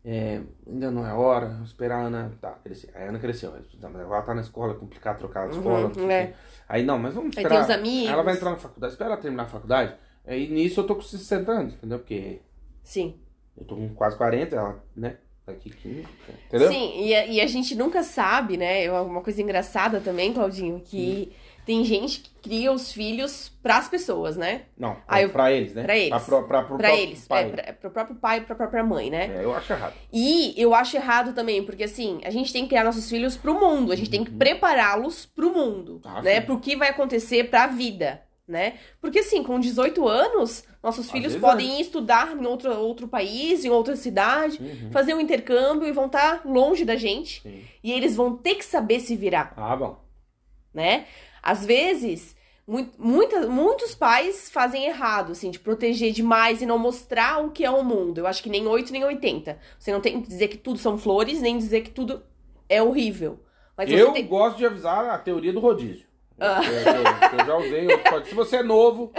S1: É, ainda não é hora, vamos esperar a Ana. Tá, crescer. A Ana cresceu. Mas ela tá na escola, é complicado trocar a
S4: Uhum,
S1: escola. não sei o
S4: é.
S1: quê. Aí não, mas vamos
S4: Aí
S1: esperar.
S4: tem os amigos.
S1: Ela vai entrar na faculdade, espera ela terminar a faculdade. Aí nisso eu tô com 60 anos, entendeu? Porque
S4: Sim.
S1: eu tô com quase 40, ela, né? Daqui 15, entendeu?
S4: Sim, e a, e a gente nunca sabe, né? É Uma coisa engraçada também, Claudinho,
S1: Hum.
S4: que tem gente que cria os filhos pras pessoas, né?
S1: Não,
S4: Ah,
S1: é
S4: eu-
S1: pra eles, né?
S4: pra eles.
S1: Pra, pro- pra, pro
S4: Pra
S1: próprio
S4: eles,
S1: pai. né?
S4: é, pra, pro próprio pai e pra própria mãe, né?
S1: É, eu acho errado.
S4: E eu acho errado também, porque assim, a gente tem que criar nossos filhos pro mundo, a gente tem que prepará-los pro mundo,
S1: Ah,
S4: né?
S1: Uhum. sim.
S4: Pro que vai acontecer pra vida, né? Porque assim, com 18 anos, nossos
S1: Às
S4: filhos
S1: vezes é.
S4: podem ir estudar em outro, outro país, em outra cidade,
S1: Uhum.
S4: fazer um intercâmbio e vão estar longe da gente.
S1: Sim.
S4: E eles vão ter que saber se virar.
S1: Ah, bom.
S4: né? Às vezes, mui- muita- muitos pais fazem errado, assim, de proteger demais e não mostrar o que é o mundo. Eu acho que nem 8 nem 80. Você não tem que dizer que tudo são flores, nem dizer que tudo é horrível. Mas você
S1: eu
S4: tem
S1: gosto de avisar a teoria do rodízio.
S4: Ah.
S1: Eu, eu- eu já usei. eu- pode- se você é novo,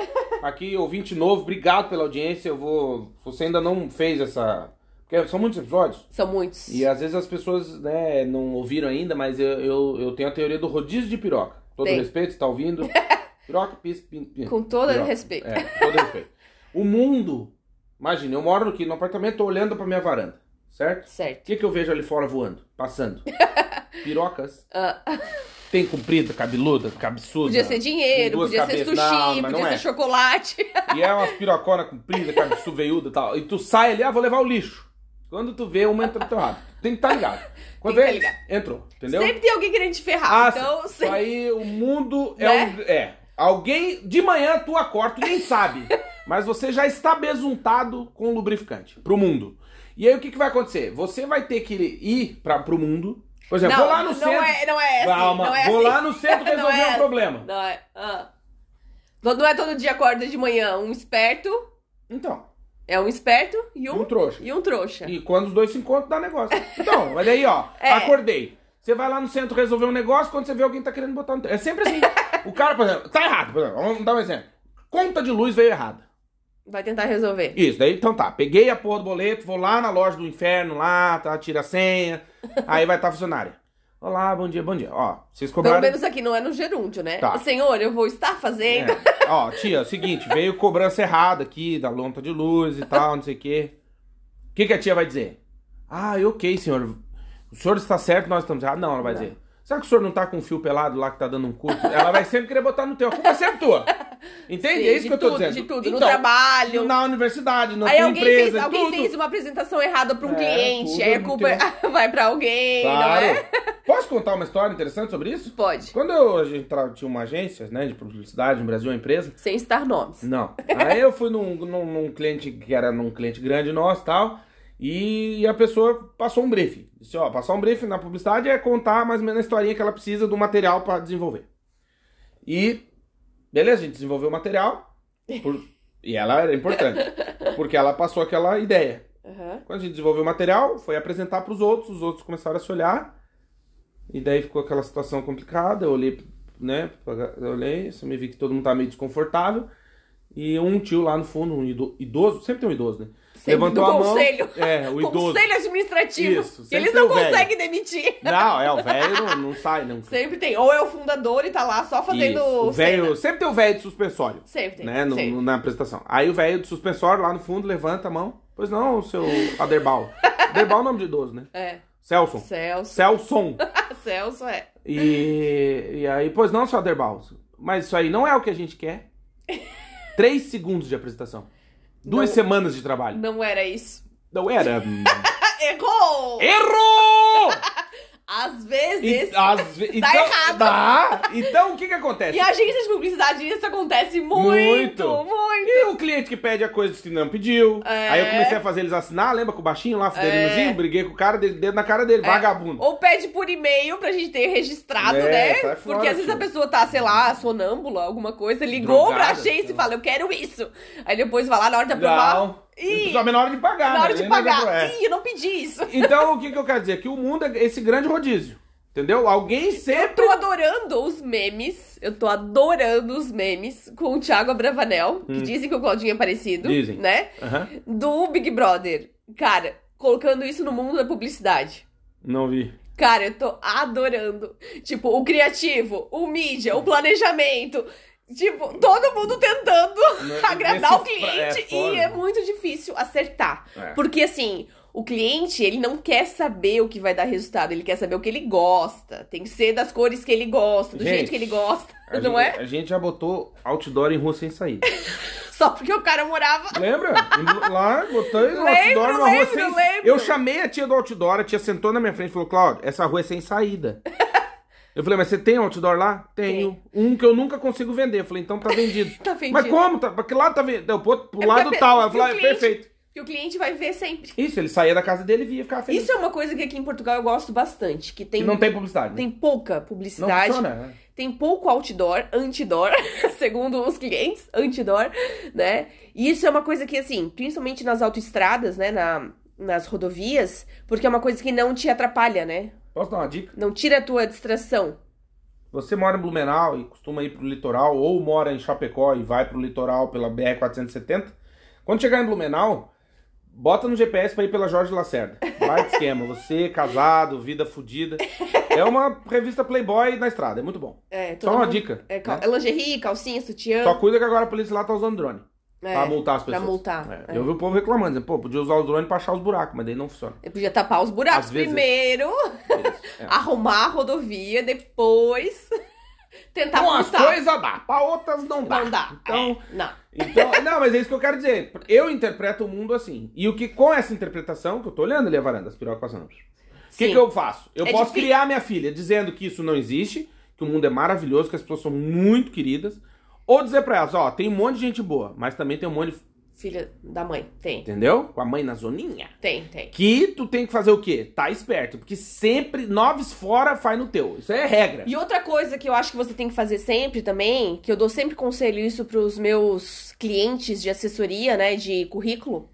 S1: aqui, ouvinte novo, obrigado pela audiência. Eu vou. Se você ainda não fez essa. Porque são muitos episódios.
S4: São muitos.
S1: E às vezes as pessoas né, não ouviram ainda, mas eu, eu, eu tenho a teoria do rodízio de piroca. Todo
S4: Tem.
S1: respeito, você tá ouvindo? Piroca, pis, pin, pin.
S4: Com todo
S1: Piroca.
S4: respeito.
S1: É, com todo respeito. O mundo. Imagina, eu moro aqui no apartamento, tô olhando pra minha varanda, certo? O
S4: Certo.
S1: que, que eu vejo ali fora voando, passando? Pirocas.
S4: Ah,
S1: Tem comprida, cabeluda, cabeçuda.
S4: podia ser dinheiro,
S1: duas
S4: podia ser
S1: cabeças.
S4: sushi,
S1: Não, mas
S4: podia
S1: não
S4: ser
S1: é.
S4: chocolate.
S1: E é umas pirocona comprida, cabeçuda, veiuda e tal. E tu sai ali, ah, vou levar o lixo. Quando tu vê, uma entra no teu rabo. Tem que estar ligado. Quando
S4: Tem que
S1: vê,
S4: tá
S1: entrou, entendeu?
S4: Sempre tem alguém querendo te ferrar.
S1: Ah,
S4: então,
S1: sim.
S4: se-
S1: Aí o mundo é
S4: Né?
S1: um. É. Alguém. De manhã tu acorda, tu nem sabe. mas você já está besuntado com um lubrificante pro mundo. E aí o que, que vai acontecer? Você vai ter que ir pra, pro mundo. Por exemplo,
S4: não,
S1: vou lá no
S4: não
S1: centro.
S4: é, não é assim,
S1: Calma,
S4: não é
S1: vou
S4: assim.
S1: lá no centro
S4: Não
S1: resolver
S4: é
S1: um
S4: assim.
S1: problema.
S4: Não é, ah. Não- não é todo dia acorda de manhã um esperto
S1: Então,
S4: É um esperto e
S1: um
S4: um,
S1: trouxa.
S4: e um trouxa.
S1: E quando os dois se encontram, dá negócio. Então, olha aí, ó.
S4: É.
S1: Acordei. Você vai lá no centro resolver um negócio, quando você vê alguém tá querendo botar no... É sempre assim. o cara, por exemplo, tá errado. Por exemplo, vamos dar um exemplo. Conta de luz veio errada.
S4: Vai tentar resolver.
S1: Isso, daí então tá. Peguei a porra do boleto, vou lá na loja do inferno, lá, tá, tira a senha. aí vai estar tá funcionária. Olá, bom dia, bom dia. Ó, vocês
S4: Pelo
S1: cobraram.
S4: menos aqui não é no gerúndio, né?
S1: Tá.
S4: Senhor, eu vou estar fazendo.
S1: É. Ó, tia, seguinte, veio cobrança errada aqui da lompa de luz e tal, não sei o quê. O que, que a tia vai dizer? Ah, ok, senhor. O senhor está certo, nós estamos errados. Não, ela vai
S4: Não.
S1: dizer. Será que o senhor não tá com um fio pelado lá que tá dando um curto? Ela vai sempre querer botar no teu. A culpa é sempre tua. Entende?
S4: Sim,
S1: é isso
S4: de
S1: que eu tô
S4: tudo,
S1: dizendo. Então,
S4: de tudo, no trabalho.
S1: Na universidade, na
S4: aí
S1: tua
S4: alguém,
S1: empresa,
S4: fez, alguém
S1: tudo.
S4: fez uma apresentação errada pra um
S1: É,
S4: cliente,
S1: tudo
S4: aí
S1: é
S4: a culpa
S1: muito-
S4: vai pra alguém,
S1: Claro.
S4: não é?
S1: Posso contar uma história interessante sobre isso?
S4: Pode,
S1: Quando eu a gente tra- tinha uma agência, né, de publicidade no Brasil, uma empresa.
S4: sem citar nomes.
S1: Não. Aí eu fui num, num, num cliente que era num cliente grande nosso e tal. E a pessoa passou um briefing. Disse, ó, passar um briefing na publicidade é contar mais ou menos a historinha que ela precisa do material para desenvolver. E, beleza, a gente desenvolveu o material. por- e ela era importante, porque ela passou aquela ideia.
S4: Aham.
S1: Quando a gente desenvolveu o material, foi apresentar para os outros, os outros começaram a se olhar. E daí ficou aquela situação complicada. Eu olhei, né? Eu olhei, eu me vi que todo mundo tá meio desconfortável. E um tio lá no fundo, um ido- idoso, sempre tem um idoso, né?
S4: Sempre do conselho.
S1: mão. É, o idoso.
S4: Conselho administrativo,
S1: Isso,
S4: que eles
S1: sempre
S4: não
S1: o velho.
S4: conseguem demitir.
S1: Não, é, o velho não, não sai, não.
S4: Sempre tem, ou é o fundador e tá lá só fazendo
S1: Isso, o
S4: cena.
S1: velho, sempre tem o velho de suspensório.
S4: Sempre tem,
S1: Né, no-
S4: sempre.
S1: na apresentação. Aí o velho de suspensório lá no fundo levanta a mão. Pois não, seu Aderbal. Aderbal é o nome de idoso, né?
S4: É,
S1: Celson.
S4: Celso,
S1: Celson.
S4: Celso é.
S1: E, e aí, pois não, seu Aderbal. Mas isso aí não é o que a gente quer. Três segundos de apresentação. Duas
S4: Não.
S1: semanas de trabalho.
S4: Não era isso.
S1: Não era.
S4: Ah, errou!
S1: Errou!
S4: Às
S1: E,
S4: vezes.
S1: às ve- então,
S4: tá errado.
S1: dá. Então, o que que
S4: E
S1: acontece?
S4: em agências de publicidade isso acontece muito,
S1: Muito.
S4: muito.
S1: E o cliente que pede a coisa que não pediu.
S4: É.
S1: Aí eu comecei a fazer eles assinar, lembra com o baixinho lá, fuderinozinho, briguei com o cara, dei dedo na cara
S4: É.
S1: dele, vagabundo.
S4: Ou pede por e-mail pra gente ter registrado,
S1: É,
S4: né?
S1: sai
S4: Porque
S1: fora,
S4: às vezes
S1: tio.
S4: a pessoa tá, sei lá, sonâmbula, alguma coisa, ligou pra
S1: Drogada,
S4: agência
S1: sei
S4: e
S1: lá.
S4: fala, eu quero isso. Aí depois vai lá na hora de aprovar.
S1: Não.
S4: Ih,
S1: Só na hora de pagar.
S4: na hora
S1: né?
S4: de
S1: Nem na-
S4: pagar.
S1: é.
S4: Ih, eu não pedi isso.
S1: Então, o que, que eu quero dizer? Que o mundo é esse grande rodízio. Entendeu? Alguém
S4: Eu
S1: sempre.
S4: tô adorando os memes. Eu tô adorando os memes com o Thiago Abravanel, que dizem que o Claudinho é parecido.
S1: Hum. Dizem.
S4: Né?
S1: Aham.
S4: Do Big Brother. Cara, colocando isso no mundo da publicidade.
S1: Não vi.
S4: Cara, eu tô adorando. Tipo, o criativo, o mídia, o planejamento. Tipo, todo mundo tentando
S1: Não,
S4: agradar o
S1: nesse fra- é,
S4: cliente
S1: foda.
S4: e é muito difícil acertar.
S1: É.
S4: Porque assim, o cliente, ele não quer saber o que vai dar resultado, ele quer saber o que ele gosta. Tem que ser das cores que ele gosta, do
S1: Gente,
S4: jeito que ele gosta,
S1: A
S4: não
S1: gente,
S4: é?
S1: A gente já botou outdoor em rua sem saída.
S4: Só porque o cara morava
S1: Lembra? Lá, botei no
S4: Lembro,
S1: outdoor na rua
S4: lembro,
S1: sem
S4: lembro.
S1: Eu chamei a tia do outdoor, a tia sentou na minha frente e falou: Cláudio, essa rua é sem saída. Eu falei, mas você tem outdoor lá? Tenho. Um que eu nunca consigo vender. Eu falei, então tá vendido.
S4: Tá vendido.
S1: Mas como? Tá, pra que lado tá vendido? Eu pô, pro
S4: É
S1: lado
S4: porque
S1: tal.
S4: a
S1: Ela
S4: pe-
S1: falou,
S4: e o
S1: "É,
S4: cliente-
S1: perfeito.
S4: e o cliente vai ver sempre.
S1: Isso, ele saía da casa dele e via, ficava feliz.
S4: Isso é uma coisa que aqui em Portugal eu gosto bastante, que tem
S1: Que não tem publicidade. né?
S4: tem pouca
S1: Não
S4: publicidade.
S1: funciona, né?
S4: tem pouco outdoor, anti-door, segundo os clientes, anti-door, né? E isso é uma coisa que, assim, principalmente nas autoestradas, né? Na, nas rodovias, porque é uma coisa que não te atrapalha, né?
S1: Posso dar uma dica?
S4: Não tira a tua distração.
S1: Você mora em Blumenau e costuma ir pro litoral, ou mora em Chapecó e vai pro litoral pela BR-470, quando chegar em Blumenau, bota no GPS pra ir pela Jorge Lacerda. Vai de esquema. Você, casado, vida fodida. É uma revista Playboy na estrada, é muito bom.
S4: É,
S1: Só
S4: todo
S1: uma
S4: mundo-
S1: dica.
S4: É, cal...
S1: né?
S4: é lingerie, calcinha, sutiã.
S1: Só cuida que agora a polícia lá tá usando drone.
S4: é,
S1: pra multar as
S4: pra
S1: pessoas.
S4: multar,
S1: É,
S4: é.
S1: Eu vi o povo reclamando, dizendo, pô, podia usar o drone pra achar os buracos, mas daí não funciona.
S4: Eu podia tapar os buracos
S1: Às vezes-
S4: primeiro,
S1: É isso, é.
S4: arrumar a rodovia, depois tentar
S1: Pra umas
S4: multar.
S1: coisas dá, pra outras não dá.
S4: Não dá.
S1: Então,
S4: É, não.
S1: Então, não, mas é isso que eu quero dizer. Eu interpreto o mundo assim. E o que com essa interpretação, que eu tô olhando ali a varanda, as pirocas passando. O que,
S4: Sim.
S1: que eu faço? Eu
S4: É
S1: posso
S4: difícil.
S1: criar minha filha dizendo que isso não existe, que o mundo é maravilhoso, que as pessoas são muito queridas. Ou dizer pra elas, ó, tem um monte de gente boa, mas também tem um monte de.
S4: Filha da mãe, tem.
S1: Entendeu? Com a mãe na zoninha.
S4: Tem, tem.
S1: Que tu tem que fazer o quê? Tá esperto. Porque sempre noves fora faz no teu. Isso é regra.
S4: E outra coisa que eu acho que você tem que fazer sempre também, que eu dou sempre conselho isso pros meus clientes de assessoria, né, de currículo,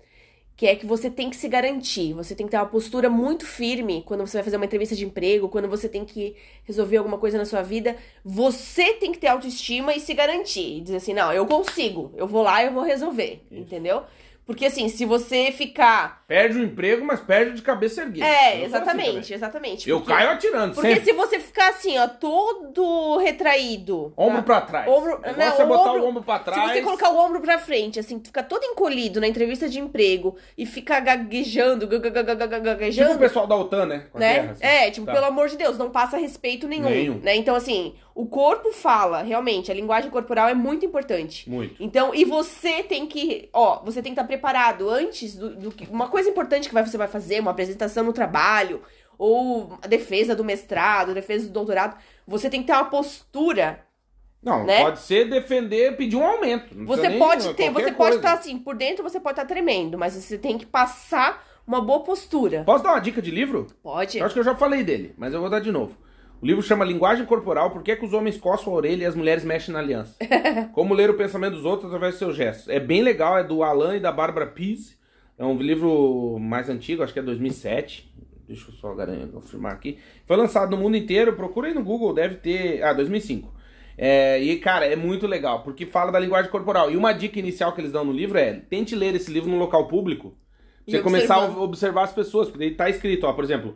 S4: que é que você tem que se garantir, você tem que ter uma postura muito firme quando você vai fazer uma entrevista de emprego, quando você tem que resolver alguma coisa na sua vida, você tem que ter autoestima e se garantir, e dizer assim, não, eu consigo, eu vou lá, eu vou resolver, entendeu? Porque assim, se você ficar.
S1: Perde o emprego, mas perde de cabeça erguida.
S4: É,
S1: Eu sou assim
S4: exatamente,
S1: também.
S4: exatamente.
S1: eu
S4: porque-
S1: caio atirando,
S4: Porque
S1: sempre.
S4: se você ficar assim, ó, todo retraído.
S1: Ombro
S4: tá?
S1: pra trás.
S4: Ombro-
S1: O negócio
S4: não,
S1: é botar
S4: ombro-
S1: o ombro pra
S4: Se
S1: trás.
S4: você colocar o ombro pra frente, assim, tu ficar todo encolhido na entrevista de emprego e ficar gaguejando, gagagagaga,
S1: Tipo o
S4: gaguejando,
S1: pessoal da OTAN, né? Com a
S4: né?
S1: guerra, assim.
S4: É, tipo,
S1: Tá.
S4: pelo amor de Deus, não passa respeito nenhum,
S1: Nenhum.
S4: né? Então, assim, o corpo fala, realmente, a linguagem corporal é muito importante.
S1: Muito.
S4: Então, e você tem que, ó, você tem que estar preparado antes do, do que. Uma coisa importante que vai- você vai fazer, uma apresentação no trabalho, ou a defesa do mestrado, a defesa do doutorado, você tem que ter uma postura
S1: Não,
S4: né?
S1: pode ser defender, pedir um aumento. Não precisa
S4: Você
S1: nem
S4: pode ter,
S1: qualquer
S4: você pode
S1: coisa.
S4: estar assim, por dentro você pode estar tremendo, mas você tem que passar uma boa postura.
S1: Posso dar uma dica de livro?
S4: Pode.
S1: Eu acho que eu já falei dele, mas eu vou dar de novo. O livro chama Linguagem Corporal, Por que, que os homens coçam a orelha e as mulheres mexem na aliança? Como ler o pensamento dos outros através dos seus gestos. É bem legal, é do Alan e da Bárbara Pease. É um livro mais antigo, acho que é 2007. Deixa eu só garan- confirmar aqui. Foi lançado no mundo inteiro, procura aí no Google, deve ter... Ah, 2005. É, e, cara, é muito legal, porque fala da linguagem corporal. E uma dica inicial que eles dão no livro é, tente ler esse livro num local público,
S4: E
S1: você começar a
S4: observando.
S1: observar as pessoas, porque daí tá escrito, ó, por exemplo,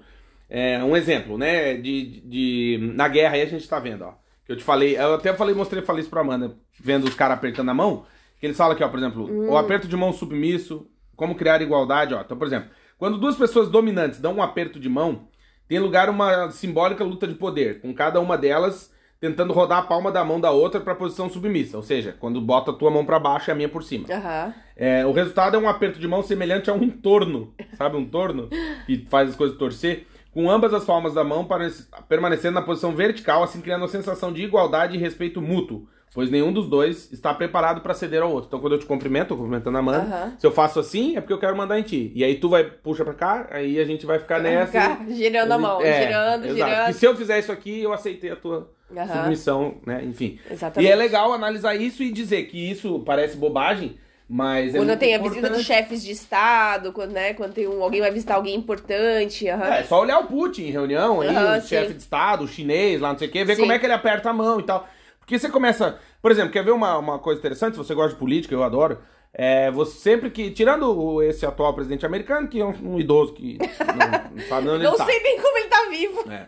S1: é, um exemplo, né, de, de- de- na guerra aí a gente tá vendo, ó, que eu te falei, eu até falei, mostrei, falei isso pra Amanda, vendo os caras apertando a mão, que eles falam aqui, ó, por exemplo, o aperto de mão submisso, como criar igualdade, ó, então, por exemplo, quando duas pessoas dominantes dão um aperto de mão, tem lugar uma simbólica luta de poder, com cada uma delas tentando rodar a palma da mão da outra pra posição submissa, ou seja, quando bota a tua mão pra baixo e a minha por cima.
S4: Aham.
S1: É, o resultado é um aperto de mão semelhante a um torno, sabe? Um torno que faz as coisas torcer, com ambas as palmas da mão para- permanecendo na posição vertical, assim criando a sensação de igualdade e respeito mútuo, pois nenhum dos dois está preparado para ceder ao outro. Então, quando eu te cumprimento, eu cumprimentando a Amanda,
S4: Aham.
S1: se eu faço assim, é porque eu quero mandar em ti. E aí tu vai, puxa pra cá, aí a gente vai ficar nessa.
S4: Ficar girando a mão,
S1: É,
S4: girando,
S1: exato. E
S4: girando.
S1: se eu fizer isso aqui, eu aceitei a tua
S4: Aham.
S1: submissão, né? Enfim.
S4: Exatamente.
S1: E é legal analisar isso e dizer que isso parece bobagem, mas é
S4: Quando
S1: muito
S4: tem a visita
S1: importante.
S4: dos chefes de estado, quando, né, quando tem um, alguém vai visitar alguém importante, aham.
S1: É, é só olhar o Putin em reunião, aí,
S4: Aham,
S1: o
S4: sim.
S1: chefe de Estado, o chinês, lá não sei o quê, ver
S4: Sim.
S1: como é que ele aperta a mão e tal. Porque você começa. Por exemplo, quer ver uma, uma coisa interessante? Se você gosta de política, eu adoro. É, você sempre que. Tirando o- esse atual presidente americano, que é um, um idoso que não, não sabe onde
S4: Não
S1: ele tá.
S4: sei nem como ele tá vivo.
S1: É.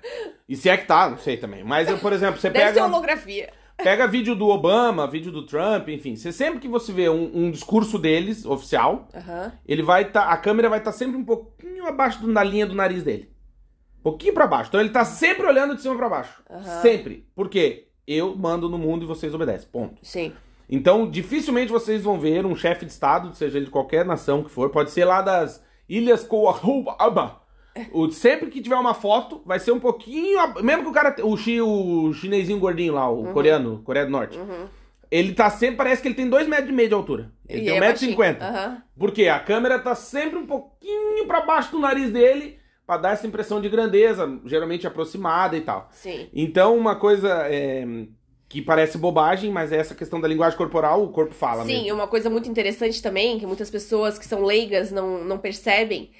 S1: E se é que tá, não sei também. Mas, eu, por exemplo, você
S4: Deve
S1: pega. um-
S4: ser um holografia.
S1: Pega vídeo do Obama, vídeo do Trump, enfim. Você sempre que você vê um, um discurso deles, oficial,
S4: Aham.
S1: ele vai tá, a câmera vai estar sempre um pouquinho abaixo do- da linha do nariz dele. Um pouquinho pra baixo. Então ele tá sempre olhando de cima pra baixo.
S4: Aham.
S1: Sempre. Por quê? Eu mando no mundo e vocês obedecem. Ponto.
S4: Sim.
S1: Então, dificilmente vocês vão ver um chefe de Estado, seja ele de qualquer nação que for, pode ser lá das Ilhas Coahuba. O, sempre que tiver uma foto, vai ser um pouquinho. ab- Mesmo que o cara. te- O, chi, o chinesinho gordinho lá,
S4: Uhum.
S1: o coreano, Coreia do Norte. Ele tá sempre. Parece que ele tem 2 metros e meio de altura. Ele
S4: E
S1: tem
S4: é
S1: 1,50m.
S4: baixinho. Aham.
S1: Porque a câmera tá sempre um pouquinho pra baixo do nariz dele, pra dar essa impressão de grandeza, geralmente aproximada e tal.
S4: Sim.
S1: Então, uma coisa é, que parece bobagem, mas é essa questão da linguagem corporal, o corpo fala
S4: Sim,
S1: mesmo.
S4: uma coisa muito interessante também, que muitas pessoas que são leigas não, não percebem,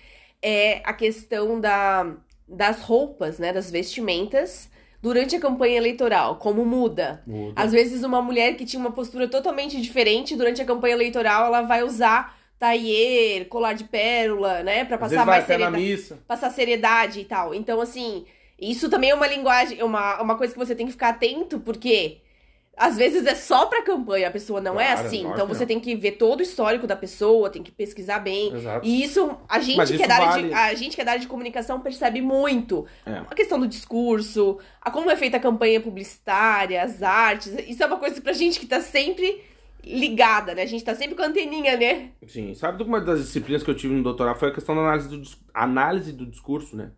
S4: é a questão da, das roupas, né, das vestimentas, durante a campanha eleitoral, como muda.
S1: Muda.
S4: Às vezes, uma mulher que tinha uma postura totalmente diferente durante a campanha eleitoral, ela vai usar taier, colar de pérola, né, pra
S1: Às
S4: passar
S1: vezes vai
S4: mais
S1: até na
S4: seriedade,
S1: missa.
S4: passar seriedade e tal. Então, assim, isso também é uma linguagem, é uma, uma coisa que você tem que ficar atento, porque às vezes é só pra campanha, a pessoa não é
S1: Claro,
S4: assim.
S1: lógico
S4: Então
S1: que
S4: você
S1: não.
S4: tem que ver todo o histórico da pessoa, tem que pesquisar bem.
S1: Exato.
S4: E isso, a gente,
S1: Mas
S4: que
S1: isso
S4: é da área
S1: vale.
S4: de, a gente que é da área de comunicação percebe muito.
S1: É.
S4: A questão do discurso, a como é feita a campanha publicitária, as artes. Isso é uma coisa pra gente que tá sempre ligada, né? A gente tá sempre com a anteninha, né?
S1: Sim, sabe que uma das disciplinas que eu tive no doutorado foi a questão da análise do, dis- análise do discurso, né?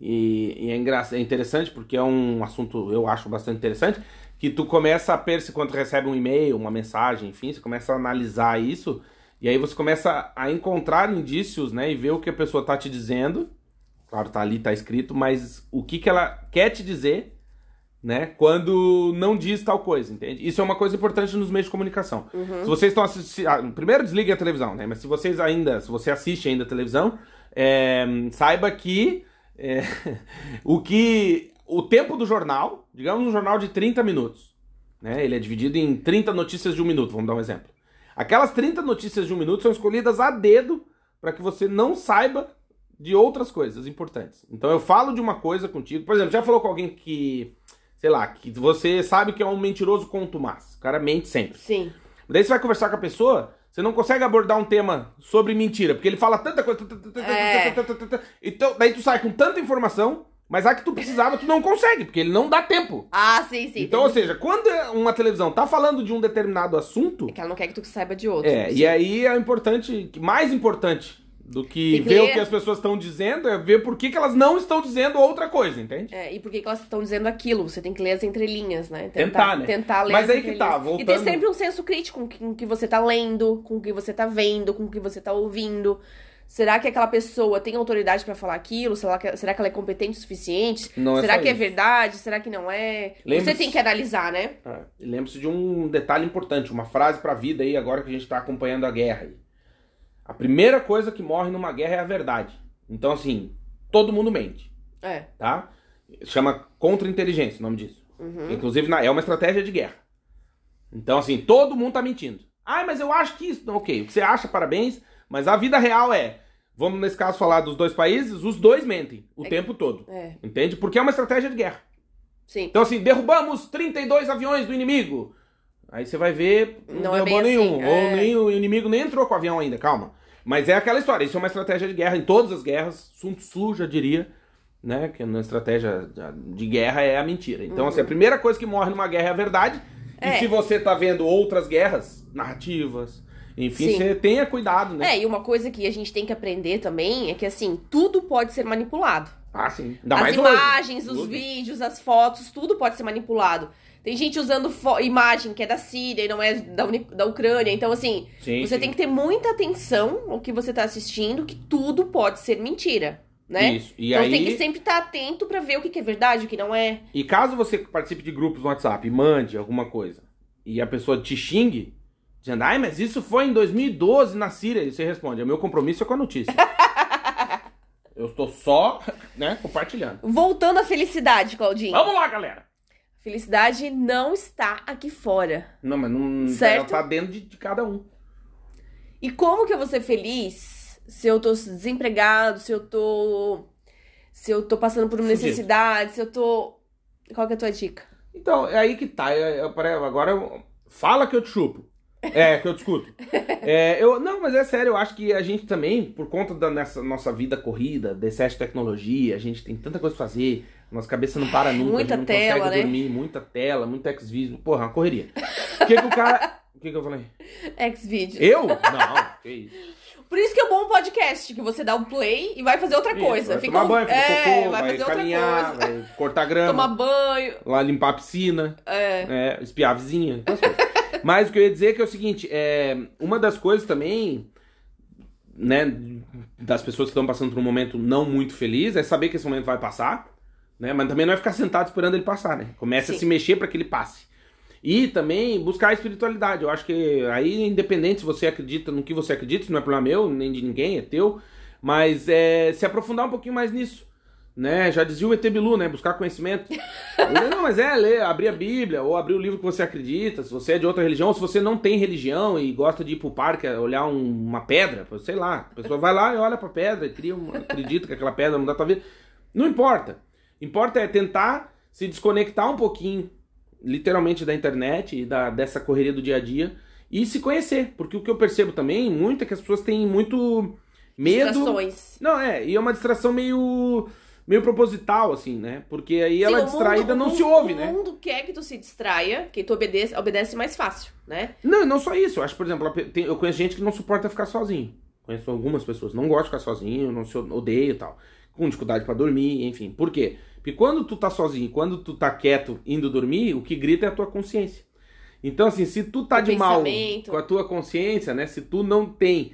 S1: E, e é, engra- é interessante porque é um assunto, eu acho, bastante interessante, que tu começa a perceber quando recebe um e-mail, uma mensagem, enfim, você começa a analisar isso, e aí você começa a encontrar indícios, né, e ver o que a pessoa tá te dizendo, claro, tá ali, tá escrito, mas o que que ela quer te dizer, né, quando não diz tal coisa, entende? Isso é uma coisa importante nos meios de comunicação. Se vocês estão assistindo. Primeiro desliguem a televisão, né? Mas se vocês ainda. Se você assiste ainda a televisão, é, saiba que. é, o que. O tempo do jornal, digamos um jornal de 30 minutos. Né? Ele é dividido em 30 notícias de um minuto, vamos dar um exemplo. Aquelas 30 notícias de um minuto são escolhidas a dedo para que você não saiba de outras coisas importantes. Então eu falo de uma coisa contigo. Por exemplo, já falou com alguém que, sei lá, que você sabe que é um mentiroso contumaz. O cara mente sempre.
S4: Sim.
S1: Daí você vai conversar com a pessoa, você não consegue abordar um tema sobre mentira, porque ele fala tanta coisa. tanta, tanta, tanta,
S4: É.
S1: tanta, tanta, tanta. Então, daí tu sai com tanta informação, mas a que tu precisava, tu não consegue, porque ele não dá tempo.
S4: Ah, sim, sim.
S1: então, ou seja, quando uma televisão tá falando de um determinado assunto,
S4: É que ela não quer que tu saiba de outro.
S1: assim, é, e aí é importante, mais importante do que,
S4: Tem que
S1: ver
S4: ler.
S1: o que as pessoas estão dizendo, é ver por que, que elas não estão dizendo outra coisa, entende?
S4: É, e por que que elas estão dizendo aquilo? Você tem que ler as entrelinhas, né?
S1: Tentar, né?
S4: Tentar ler
S1: Mas
S4: as
S1: aí que tá,
S4: entrelinhas. E ter
S1: voltando-
S4: sempre um senso crítico com o que- com o que você tá lendo, com o que você tá vendo, com o que você tá ouvindo. Será que aquela pessoa tem autoridade pra falar aquilo? Será que, será que ela é competente o suficiente?
S1: Não é
S4: será
S1: só
S4: que é
S1: isso.
S4: verdade? Será que não é?
S1: Lembre-se-
S4: Você tem que analisar, né?
S1: Ah, e Lembre-se de um detalhe importante, uma frase pra vida aí, agora que a gente tá acompanhando a guerra. aí. A primeira coisa que morre numa guerra é a verdade. Então, assim, todo mundo mente,
S4: É.
S1: tá? Chama contra-inteligência o nome disso.
S4: Uhum.
S1: Inclusive, na- é uma estratégia de guerra. Então, assim, todo mundo tá mentindo. Ah, mas eu acho que isso. Não, ok, o que você acha, parabéns. Mas a vida real é. Vamos, nesse caso, falar dos dois países, os dois mentem o
S4: É-
S1: tempo todo.
S4: É,
S1: Entende? Porque é uma estratégia de guerra.
S4: sim.
S1: Então, assim, derrubamos 32 aviões do inimigo. Aí você vai ver, não,
S4: Não é
S1: derrubou
S4: bem
S1: nenhum.
S4: assim,
S1: Ou
S4: é.
S1: nem o inimigo nem entrou com o avião ainda, calma. Mas é aquela história, isso é uma estratégia de guerra. Em todas as guerras, Sun Tzu já diria, né? Que na estratégia de guerra é a mentira. Então, assim, a primeira coisa que morre numa guerra é a verdade.
S4: É.
S1: E se você tá vendo outras guerras, narrativas, enfim,
S4: Sim.
S1: você tenha cuidado, né?
S4: É, e uma coisa que a gente tem que aprender também é que, assim, tudo pode ser manipulado.
S1: Ah, sim. Ainda
S4: as
S1: mais hoje.
S4: imagens, os
S1: Tudo.
S4: vídeos, as fotos, tudo pode ser manipulado. Tem gente usando fo- imagem que é da Síria e não é da, Uni- da Ucrânia. Então, assim,
S1: Sim,
S4: você
S1: sim.
S4: tem que ter muita atenção ao que você tá assistindo, que tudo pode ser mentira, né?
S1: Isso. E
S4: então
S1: aí...
S4: tem que sempre estar atento pra ver o que, que é verdade, o que não é.
S1: E caso você participe de grupos no WhatsApp e mande alguma coisa, e a pessoa te xingue, dizendo, ai, mas isso foi em 2012 na Síria, e você responde, o meu compromisso é com a notícia. Eu estou só, né, compartilhando.
S4: Voltando à felicidade, Claudinho.
S1: Vamos lá, galera!
S4: Felicidade não está aqui fora.
S1: Não, mas não
S4: Certo.
S1: tá dentro de, de cada um.
S4: E como que eu vou ser feliz se eu tô desempregado, se eu tô. Se eu tô passando por uma
S1: Fudido.
S4: necessidade, se eu tô. Qual que é a tua dica?
S1: Então, é aí que tá. eu- eu- pera- agora eu- fala que eu te chupo. É, que eu discuto. É, eu, não, mas é sério, eu acho que a gente também, por conta da nessa nossa vida corrida, do excesso de tecnologia, a gente tem tanta coisa pra fazer, nossa cabeça não para nunca,
S4: Muita
S1: a gente não
S4: tela,
S1: consegue
S4: né?
S1: dormir, muita tela, muito X-Video, porra, é uma correria. O que que o cara... O que que eu falei?
S4: Xvideos.
S1: Eu? Não, que isso.
S4: Por isso que é bom um podcast, que você dá um play e vai fazer outra coisa.
S1: Vai
S4: Fica
S1: tomar
S4: um-
S1: banho, fazer
S4: é,
S1: cocô,
S4: vai
S1: vai,
S4: fazer
S1: caminhar,
S4: outra coisa.
S1: vai cortar grama.
S4: Tomar banho.
S1: lá limpar a piscina, é. espiar a vizinha, aquelas coisas. Mas o que eu ia dizer é que é o seguinte, é, uma das coisas também, né, das pessoas que estão passando por um momento não muito feliz, é saber que esse momento vai passar, né, mas também não é ficar sentado esperando ele passar, né, começa a
S4: Sim.
S1: se mexer para que ele passe. E também buscar a espiritualidade, eu acho que aí independente se você acredita no que você acredita, isso não é problema meu, nem de ninguém, é teu, mas é, se aprofundar um pouquinho mais nisso. Né? Já dizia o ET Bilu, né? Buscar conhecimento. Ele, não, mas é ler, abrir a Bíblia, ou abrir o livro que você acredita, se você é de outra religião, ou se você não tem religião e gosta de ir pro parque olhar um- uma pedra, sei lá. A pessoa vai lá e olha pra pedra, e cria uma, acredita que aquela pedra não dá pra ver. Não importa. Importa é tentar se desconectar um pouquinho, literalmente, da internet e da, dessa correria do dia a dia e se conhecer. Porque o que eu percebo também muito é que as pessoas têm muito medo.
S4: Distrações.
S1: Não, é, e é uma distração meio meio proposital, assim, né? Porque aí
S4: Sim,
S1: ela
S4: o mundo-
S1: distraída
S4: o
S1: não
S4: mundo-
S1: se ouve,
S4: O
S1: né?
S4: mundo quer que tu se distraia, que tu obedece, obedece mais fácil, né?
S1: Não, e não só isso. Eu acho, por exemplo, a pe- tem- eu conheço gente que não suporta ficar sozinho. Conheço algumas pessoas, não gosta de ficar sozinho, não se odeia e tal. Com dificuldade pra dormir, enfim. Por quê? Porque quando tu tá sozinho, quando tu tá quieto indo dormir, o que grita é a tua consciência. Então, assim, se tu tá
S4: O
S1: de mal
S4: pensamento.
S1: com a tua consciência, né? Se tu não tem,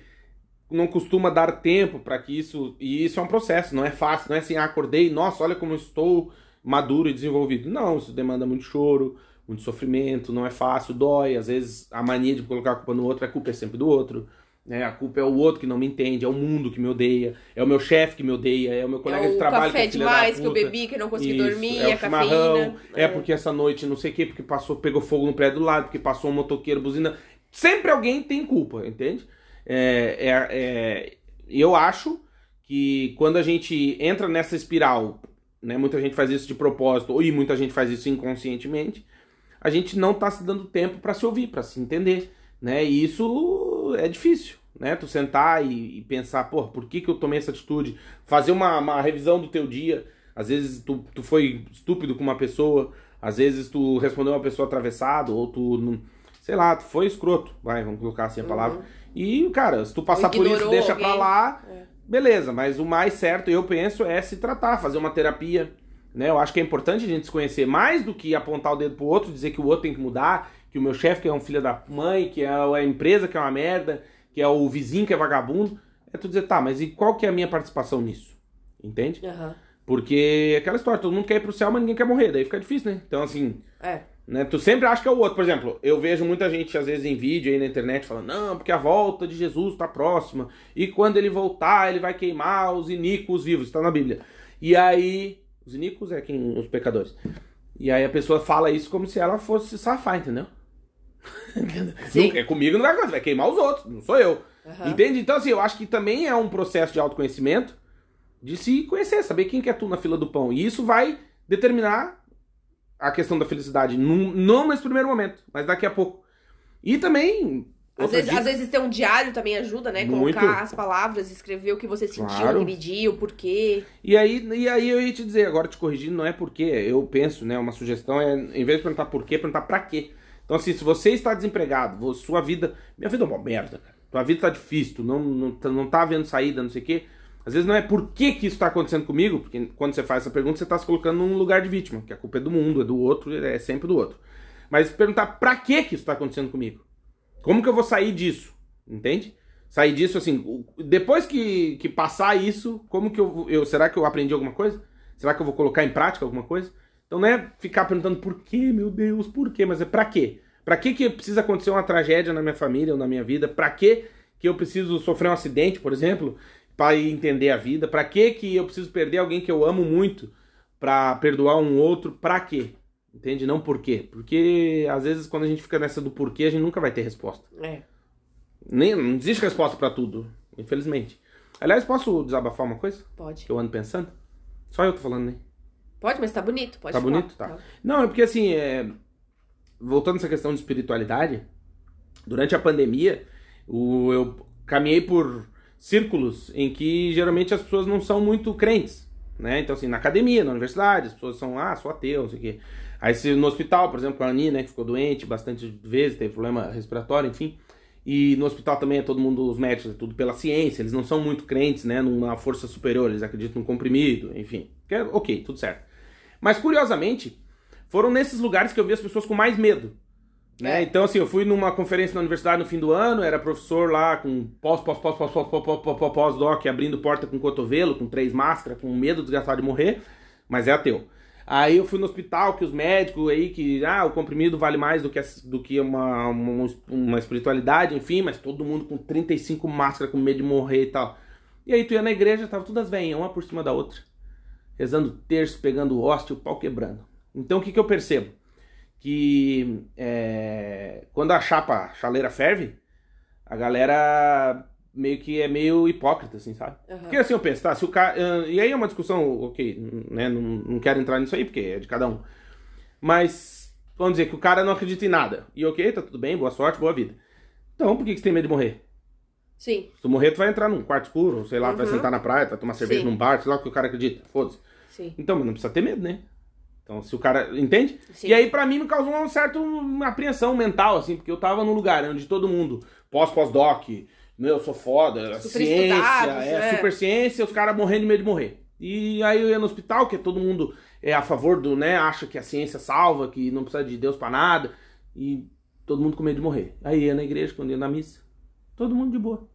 S1: não costuma dar tempo pra que isso. E isso é um processo, não é fácil, não é assim, ah, acordei, nossa, olha como eu estou maduro e desenvolvido. Não, isso demanda muito choro, muito sofrimento, não é fácil, dói. Às vezes a mania de colocar a culpa no outro, a culpa é sempre do outro. Né? A culpa é o outro que não me entende, é o mundo que me odeia, é o meu chefe que me odeia, é o meu colega
S4: é
S1: de
S4: o
S1: trabalho
S4: café
S1: que é filha da
S4: demais que eu
S1: puta.
S4: bebi, que eu não consegui
S1: Isso,
S4: dormir,
S1: é o
S4: a
S1: chimarrão,
S4: cafeína. É.
S1: É porque essa noite não sei o que, porque passou, pegou fogo no prédio do lado, porque passou um motoqueiro buzina. Sempre alguém tem culpa, entende? É, é- é, eu acho que quando a gente entra nessa espiral, né, muita gente faz isso de propósito e muita gente faz isso inconscientemente, a gente não tá se dando tempo para se ouvir, para se entender, né? E isso é difícil, né? Tu sentar e, e pensar, pô, por que, que eu tomei essa atitude? Fazer uma, uma revisão do teu dia. Às vezes tu, tu foi estúpido com uma pessoa, às vezes tu respondeu uma pessoa atravessado, ou tu, não- sei lá, tu foi escroto, vai, vamos colocar assim a palavra. E, cara, se tu passar por isso,
S4: Uhum. ignorou
S1: deixa pra
S4: alguém.
S1: lá,
S4: É.
S1: beleza. Mas o mais certo, eu penso, é se tratar, fazer uma terapia, né? Eu acho que é importante a gente se conhecer mais do que apontar o dedo pro outro, dizer que o outro tem que mudar, que o meu chefe que é um filho da mãe, que é a empresa que é uma merda, que é o vizinho que é vagabundo. É tu dizer, tá, mas e qual que é a minha participação nisso? Entende?
S4: Aham.
S1: Porque é aquela história, todo mundo quer ir pro céu, mas ninguém quer morrer, daí fica difícil, né? Então, assim,
S4: É.
S1: né? Tu sempre acha que é o outro. Por exemplo, eu vejo muita gente, às vezes, em vídeo aí na internet falando, não, porque a volta de Jesus tá próxima. E quando ele voltar, ele vai queimar os iníquos vivos. Tá na Bíblia. E aí. Os iníquos é quem. Os pecadores. E aí a pessoa fala isso como se ela fosse se safar, entendeu?
S4: Sim.
S1: Não, é comigo não vai acontecer, vai queimar os outros, não sou eu.
S4: Aham.
S1: Entende? Então, assim, eu acho que também é um processo de autoconhecimento de se conhecer, saber quem que é tu na fila do pão. E isso vai determinar a questão da felicidade, num- não nesse primeiro momento, mas daqui a pouco. E também.
S4: Às
S1: outra
S4: vezes,
S1: dica-
S4: às vezes ter um diário também ajuda, né?
S1: Muito.
S4: Colocar as palavras, escrever o que você sentiu
S1: Claro.
S4: naquele dia, o porquê.
S1: E aí, e aí eu ia te dizer, agora te corrigindo, não é porque eu penso, né? Uma sugestão é, em vez de perguntar por quê, perguntar pra quê. Então, assim, se você está desempregado, vo- sua vida. Minha vida é uma merda, cara. Tua vida tá difícil, tu não, não, tá- não tá havendo saída, não sei o quê. Às vezes não é por que, que isso tá acontecendo comigo, porque quando você faz essa pergunta, você tá se colocando num lugar de vítima, que a culpa é do mundo, é do outro, é sempre do outro. Mas perguntar pra que que isso tá acontecendo comigo? Como que eu vou sair disso? Entende? Sair disso assim, o- depois que, que passar isso, como que eu, vou- eu será que eu aprendi alguma coisa? Será que eu vou colocar em prática alguma coisa? Então não é ficar perguntando por quê, meu Deus, por quê, mas é pra quê? Pra que que precisa acontecer uma tragédia na minha família ou na minha vida? Pra que que eu preciso sofrer um acidente, por exemplo, para entender a vida? Pra que que eu preciso perder alguém que eu amo muito pra perdoar um outro? Pra quê? Entende? Não por quê. Porque às vezes quando a gente fica nessa do porquê, a gente nunca vai ter resposta.
S4: É.
S1: Nem, não existe resposta pra tudo, infelizmente. Aliás, posso desabafar uma coisa
S4: Pode.
S1: que eu ando pensando? Só eu tô falando, né?
S4: Pode, mas tá bonito. Pode
S1: Tá
S4: falar.
S1: bonito? Tá. Não, é porque assim, é, voltando essa questão de espiritualidade, durante a pandemia, o- eu caminhei por círculos em que geralmente as pessoas não são muito crentes, né? Então, assim, na academia, na universidade, as pessoas são, ah, sou ateu, não sei o quê. Aí, se no hospital, por exemplo, com a Ani, né, que ficou doente bastante vezes, teve problema respiratório, enfim. E no hospital também é todo mundo, os médicos, é tudo pela ciência, eles não são muito crentes, né, numa força superior, eles acreditam no comprimido, enfim. Que é- ok, tudo certo. Mas, curiosamente, foram nesses lugares que eu vi as pessoas com mais medo. Né?
S4: É.
S1: Então, assim, eu fui numa conferência na universidade no fim do ano, era professor lá com pós, pós, pós, pós, pós, pós, pós, pós, pós, pós-doc, abrindo porta com cotovelo, com três máscaras, com medo desgraçado de morrer, mas é ateu. Aí eu fui no hospital, que os médicos aí, que, ah, o comprimido vale mais do que, as- do que uma, uma, uma espiritualidade, enfim, mas todo mundo com 35 máscaras, com medo de morrer e tal. E aí tu ia na igreja, tava todas veinhas, uma por cima da outra, rezando terço, pegando hóstia, o pau quebrando. Então o que que eu percebo? que é, quando a chapa a chaleira ferve, a galera meio que é meio hipócrita, assim, sabe?
S4: Aham.
S1: Porque assim eu penso, tá? Se o cara. ah, E aí é uma discussão, ok, né? Não, não quero entrar nisso aí, porque é de cada um. Mas vamos dizer que o cara não acredita em nada. E ok, tá tudo bem, boa sorte, boa vida. Então, por que, que você tem medo de morrer?
S4: Sim,
S1: Se tu morrer, tu vai entrar num quarto escuro, sei lá, tu vai
S4: Uhum.
S1: sentar na praia, tu vai tomar cerveja
S4: Sim.
S1: num bar, sei lá o que o cara acredita. Foda-se.
S4: sim.
S1: Então, mas não precisa ter medo, né? Então, se o cara. Entende?
S4: sim.
S1: E aí, pra mim, me causou uma certa uma apreensão mental, assim, porque eu tava num lugar onde todo mundo, pós, pós-doc, meu, eu sou foda, é
S4: Super
S1: ciência,
S4: estudados,
S1: é,
S4: é.
S1: super ciência, os caras morrendo de medo de morrer. E aí eu ia no hospital, que todo mundo é a favor do, né, acha que a ciência salva, que não precisa de Deus pra nada, e todo mundo com medo de morrer. Aí ia na igreja, quando ia na missa, todo mundo de boa.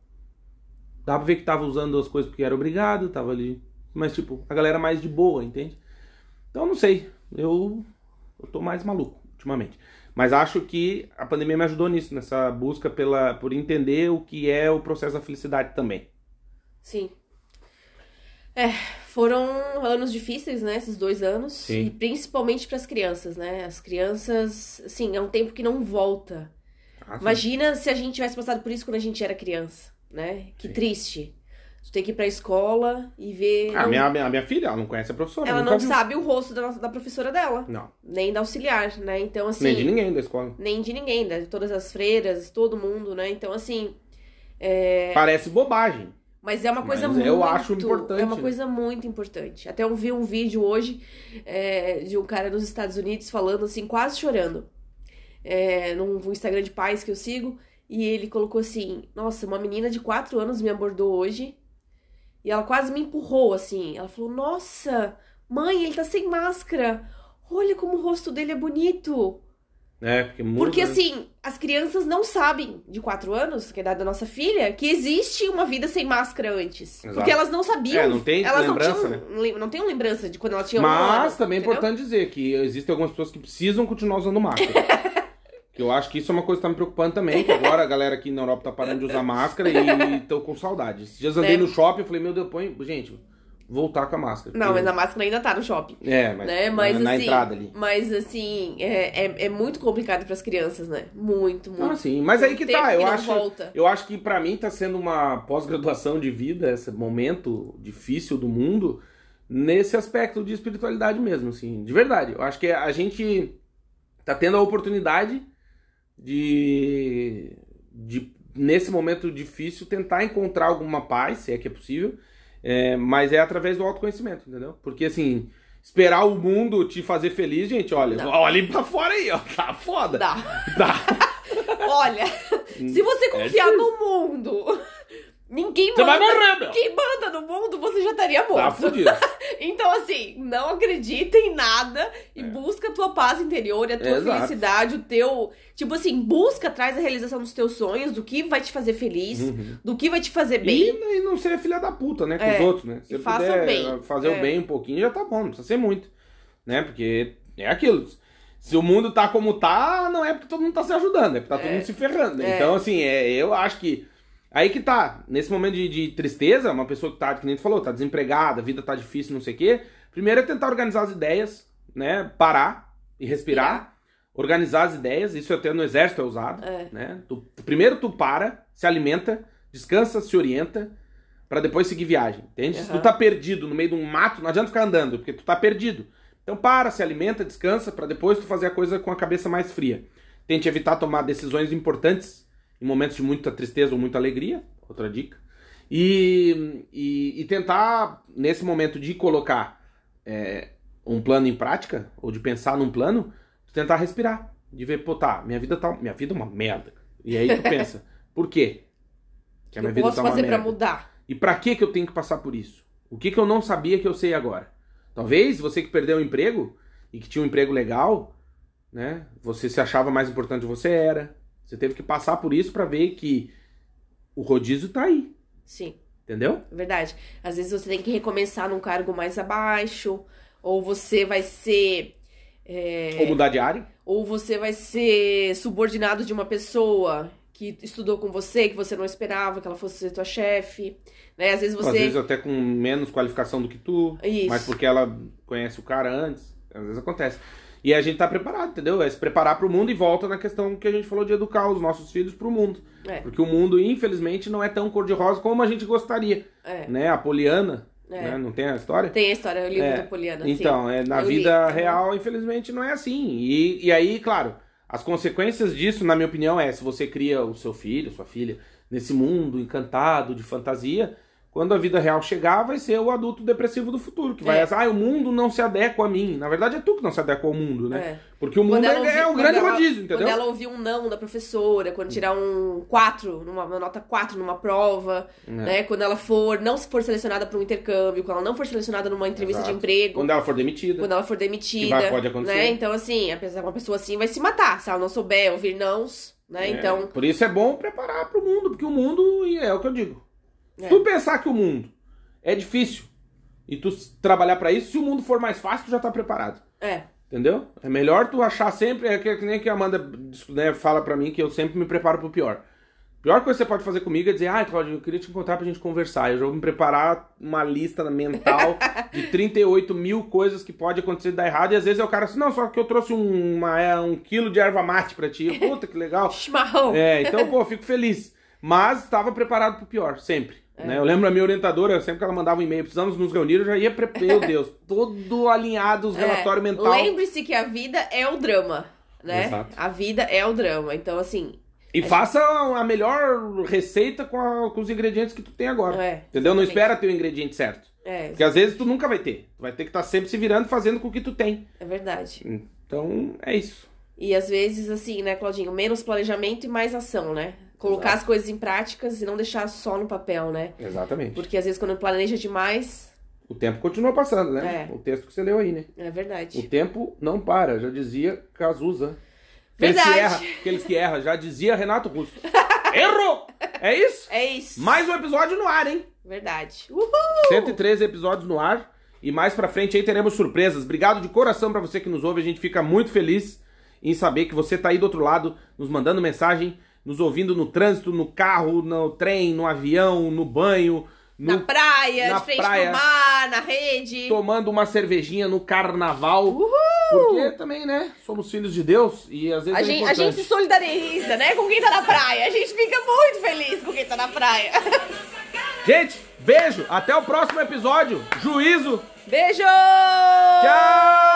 S1: Dá pra ver que tava usando as coisas porque era obrigado, tava ali. Mas, tipo, a galera mais de boa, entende? Então, não sei. Eu, eu tô mais maluco ultimamente. Mas acho que a pandemia me ajudou nisso, nessa busca pela, por entender o que é o processo da felicidade também.
S4: Sim. É, foram anos difíceis, né? Esses dois anos.
S1: Sim.
S4: E principalmente para as crianças, né? As crianças, assim, é um tempo que não volta.
S1: Arrasou.
S4: Imagina se a gente tivesse passado por isso quando a gente era criança, né? Que
S1: Sim.
S4: triste. Tu tem que ir pra escola e ver.
S1: Ah,
S4: não-
S1: minha, minha, minha filha, ela não conhece a professora.
S4: Ela
S1: nunca
S4: não
S1: viu.
S4: sabe o rosto da, nossa- da professora dela,
S1: Não,
S4: nem da auxiliar, né? Então, assim.
S1: nem de ninguém da escola.
S4: nem de ninguém, né? Todas as freiras, todo mundo, né? Então, assim. é,
S1: Parece bobagem.
S4: Mas é uma coisa
S1: Mas
S4: muito.
S1: eu acho importante,
S4: É uma
S1: né?
S4: coisa muito importante. Até eu vi um vídeo hoje é, de um cara nos Estados Unidos falando assim, quase chorando. É, num num Instagram de pais que eu sigo. E ele colocou assim: Nossa, uma menina de 4 anos me abordou hoje. E ela quase me empurrou, assim. Ela falou: Nossa, mãe, ele tá sem máscara. Olha como o rosto dele é bonito.
S1: É, porque muito.
S4: Porque assim, as crianças não sabem, de 4 anos, que é a idade da nossa filha, que existe uma vida sem máscara antes.
S1: Exato.
S4: Porque elas não sabiam.
S1: É, não tem
S4: elas
S1: lembrança, né?
S4: não tinham. lem- Não tem lembrança de quando ela tinha um
S1: Mas
S4: ano,
S1: também é
S4: entendeu?
S1: importante dizer que existem algumas pessoas que precisam continuar usando máscara. que eu acho que isso é uma coisa que tá me preocupando também, que agora a galera aqui na Europa tá parando de usar máscara e tô com saudade. Esses dias eu andei
S4: É.
S1: no shopping e falei, meu Deus, põe. Gente, voltar com a máscara.
S4: Não,
S1: Porque-
S4: mas a máscara ainda tá no shopping.
S1: É, mas,
S4: né?
S1: na-
S4: Mas
S1: na,
S4: assim.
S1: entrada ali.
S4: Mas assim, é, é, é muito complicado pras crianças, né? Muito, muito.
S1: Não, assim, mas aí que
S4: Tempo
S1: tá, eu
S4: não
S1: acho.
S4: Volta.
S1: Eu acho que pra mim tá sendo uma pós-graduação de vida, esse momento difícil do mundo, nesse aspecto de espiritualidade mesmo, assim, de verdade. Eu acho que a gente tá tendo a oportunidade de, de nesse momento difícil, tentar encontrar alguma paz, se é que é possível, é, mas é através do autoconhecimento, entendeu? Porque assim. Esperar o mundo te fazer feliz, gente, olha,
S4: Não.
S1: olha pra fora aí, ó, tá foda.
S4: Dá.
S1: Dá.
S4: Olha,
S1: Hum,
S4: se você confiar no mundo, ninguém
S1: é Você vai
S4: manda.
S1: morrer, meu.
S4: Quem manda no mundo, você já estaria morto.
S1: Tá fudido.
S4: Então, assim, não acredita em nada e busca a tua paz interior, e a tua
S1: É. Exato.
S4: felicidade, o teu. Tipo assim, busca atrás a realização dos teus sonhos, do que vai te fazer feliz,
S1: Uhum.
S4: do que vai te fazer
S1: E,
S4: bem.
S1: e não ser filha da puta, né? Com
S4: É,
S1: os outros, né? Se
S4: e
S1: você
S4: faça
S1: puder
S4: o bem.
S1: fazer
S4: É.
S1: o bem um pouquinho, já tá bom, não precisa ser muito. Né? Porque é aquilo. Se o mundo tá como tá, não é porque todo mundo tá se ajudando, é porque tá todo
S4: É.
S1: mundo se ferrando.
S4: É.
S1: Então, assim, é, eu acho que. Aí que tá, nesse momento de, de tristeza, uma pessoa que tá, que nem tu falou, tá desempregada, a vida tá difícil, não sei o quê. Primeiro é tentar organizar as ideias, né? Parar e respirar. Organizar as ideias, isso até no exército é usado
S4: É.
S1: né? Tu- primeiro tu para, se alimenta, descansa, se orienta, pra depois seguir viagem, entende? Se tu
S4: Aham.
S1: tá perdido no meio de um mato, não adianta ficar andando, porque tu tá perdido. Então para, se alimenta, descansa, pra depois tu fazer a coisa com a cabeça mais fria. Tente evitar tomar decisões importantes em momentos de muita tristeza ou muita alegria, outra dica. E, e, e tentar, nesse momento de colocar é, um plano em prática, ou de pensar num plano, tu tentar respirar. De ver, pô, tá, minha vida tá. Minha vida é uma merda. E aí tu pensa, por quê? Que a
S4: eu
S1: minha vida
S4: posso
S1: tá uma
S4: fazer pra
S1: merda.
S4: mudar.
S1: E pra que que eu tenho que passar por isso? O que que eu não sabia que eu sei agora? Talvez você que perdeu o emprego e que tinha um emprego legal, né? Você se achava mais importante do que você era. Você teve que passar por isso pra ver que o rodízio tá aí,
S4: Sim,
S1: entendeu?
S4: é verdade. Às vezes você tem que recomeçar num cargo mais abaixo, ou você vai ser. é,
S1: Ou mudar de área.
S4: ou você vai ser subordinado de uma pessoa que estudou com você, que você não esperava que ela fosse ser tua chefe. Né? Às vezes
S1: Às
S4: você.
S1: vezes até com menos qualificação do que tu.
S4: Isso.
S1: Mas porque ela conhece o cara antes, às vezes acontece. E a gente tá preparado, entendeu? É se preparar pro mundo e volta na questão que a gente falou de educar os nossos filhos pro mundo.
S4: É,
S1: Porque o mundo, infelizmente, não é tão cor-de-rosa como a gente gostaria,
S4: é,
S1: né? A Poliana,
S4: é.
S1: né? Não tem a história?
S4: Tem a história, o livro
S1: É,
S4: da Poliana, sim.
S1: Então, é, na
S4: assim. Eu li.
S1: vida real, infelizmente, não é assim. E, e aí, claro, as consequências disso, na minha opinião, é se você cria o seu filho, sua filha, nesse mundo encantado de fantasia, quando a vida real chegar, vai ser o adulto depressivo do futuro, que vai
S4: É.
S1: achar, ah, o mundo não se adequa a mim. Na verdade, é tu que não se adequa ao mundo, né?
S4: É.
S1: Porque o mundo
S4: Quando
S1: é,
S4: ela ouvi-
S1: é o
S4: quando
S1: grande
S4: ela-
S1: rodízio, entendeu?
S4: Quando ela ouvir um não da professora, quando tirar um 4, numa, uma nota 4 numa prova,
S1: É.
S4: né? Quando ela for, não se for selecionada para um intercâmbio, quando ela não for selecionada numa entrevista
S1: Exato.
S4: de emprego,
S1: Quando ela for demitida.
S4: quando ela for demitida.
S1: Que vai- pode acontecer.
S4: Né? Então, assim, a pessoa- uma pessoa assim vai se matar se ela não souber ouvir nãos, né?
S1: É,
S4: Então,
S1: Por isso é bom preparar pro mundo, porque o mundo e é o que eu digo. Se
S4: É.
S1: tu pensar que o mundo é difícil e tu s- trabalhar pra isso, se o mundo for mais fácil, tu já tá preparado.
S4: é.
S1: Entendeu? É melhor tu achar sempre, é que, que nem que a Amanda né, fala pra mim que eu sempre me preparo pro pior. pior coisa que você pode fazer comigo é dizer, ai, Claudio, eu queria te encontrar pra gente conversar. Eu já vou me preparar uma lista mental de 38 mil coisas que pode acontecer de dar errado. E às vezes é o cara assim, não, só que eu trouxe um, uma- é, um quilo de erva mate pra ti. Puta, que legal.
S4: Chimarrão.
S1: É, então, pô, eu fico feliz. Mas estava preparado pro pior, sempre.
S4: É.
S1: Né? Eu lembro a minha orientadora, sempre que ela mandava um e-mail, precisamos nos reunir, eu já ia, pre... meu Deus, todo alinhado os relatórios
S4: É,
S1: mental.
S4: Lembre-se que a vida é o drama, né?
S1: Exato.
S4: A vida é o drama. Então, assim,
S1: E faça a melhor receita com, a- com os ingredientes que tu tem agora.
S4: É,
S1: entendeu? Não
S4: exatamente.
S1: espera ter o ingrediente certo.
S4: é,
S1: Porque às vezes tu nunca vai ter. Tu vai ter que estar sempre se virando e fazendo com o que tu tem.
S4: é verdade.
S1: Então, é isso.
S4: E às vezes, assim, né, Claudinho, menos planejamento e mais ação, né? Colocar
S1: Exato.
S4: as coisas em práticas e não deixar só no papel, né?
S1: Exatamente.
S4: Porque às vezes quando planeja demais,
S1: O tempo continua passando, né?
S4: É.
S1: O texto que você leu aí, né?
S4: é
S1: O
S4: verdade.
S1: tempo não para, já dizia Cazuza.
S4: Verdade.
S1: Aqueles que erra, aqueles que erram, já dizia Renato Russo. Errou! É isso?
S4: É isso.
S1: Mais um episódio no ar, hein?
S4: Verdade. Uhul!
S1: 113 episódios no ar. E mais pra frente aí teremos surpresas. Obrigado de coração pra você que nos ouve. A gente fica muito feliz em saber que você tá aí do outro lado, nos mandando mensagem, nos ouvindo no trânsito, no carro, no trem, no avião, no banho, no-
S4: Na praia,
S1: na
S4: de frente
S1: praia.
S4: pro mar, na rede.
S1: tomando uma cervejinha no carnaval.
S4: Uhul!
S1: Porque também, né? Somos filhos de Deus e às vezes
S4: A
S1: é
S4: gente, a
S1: importante.
S4: gente se solidariza, né, com quem tá na praia. A gente fica muito feliz com quem tá na praia.
S1: Gente, beijo, até o próximo episódio. Juízo,
S4: Beijo!
S1: tchau!
S3: Ah, oh,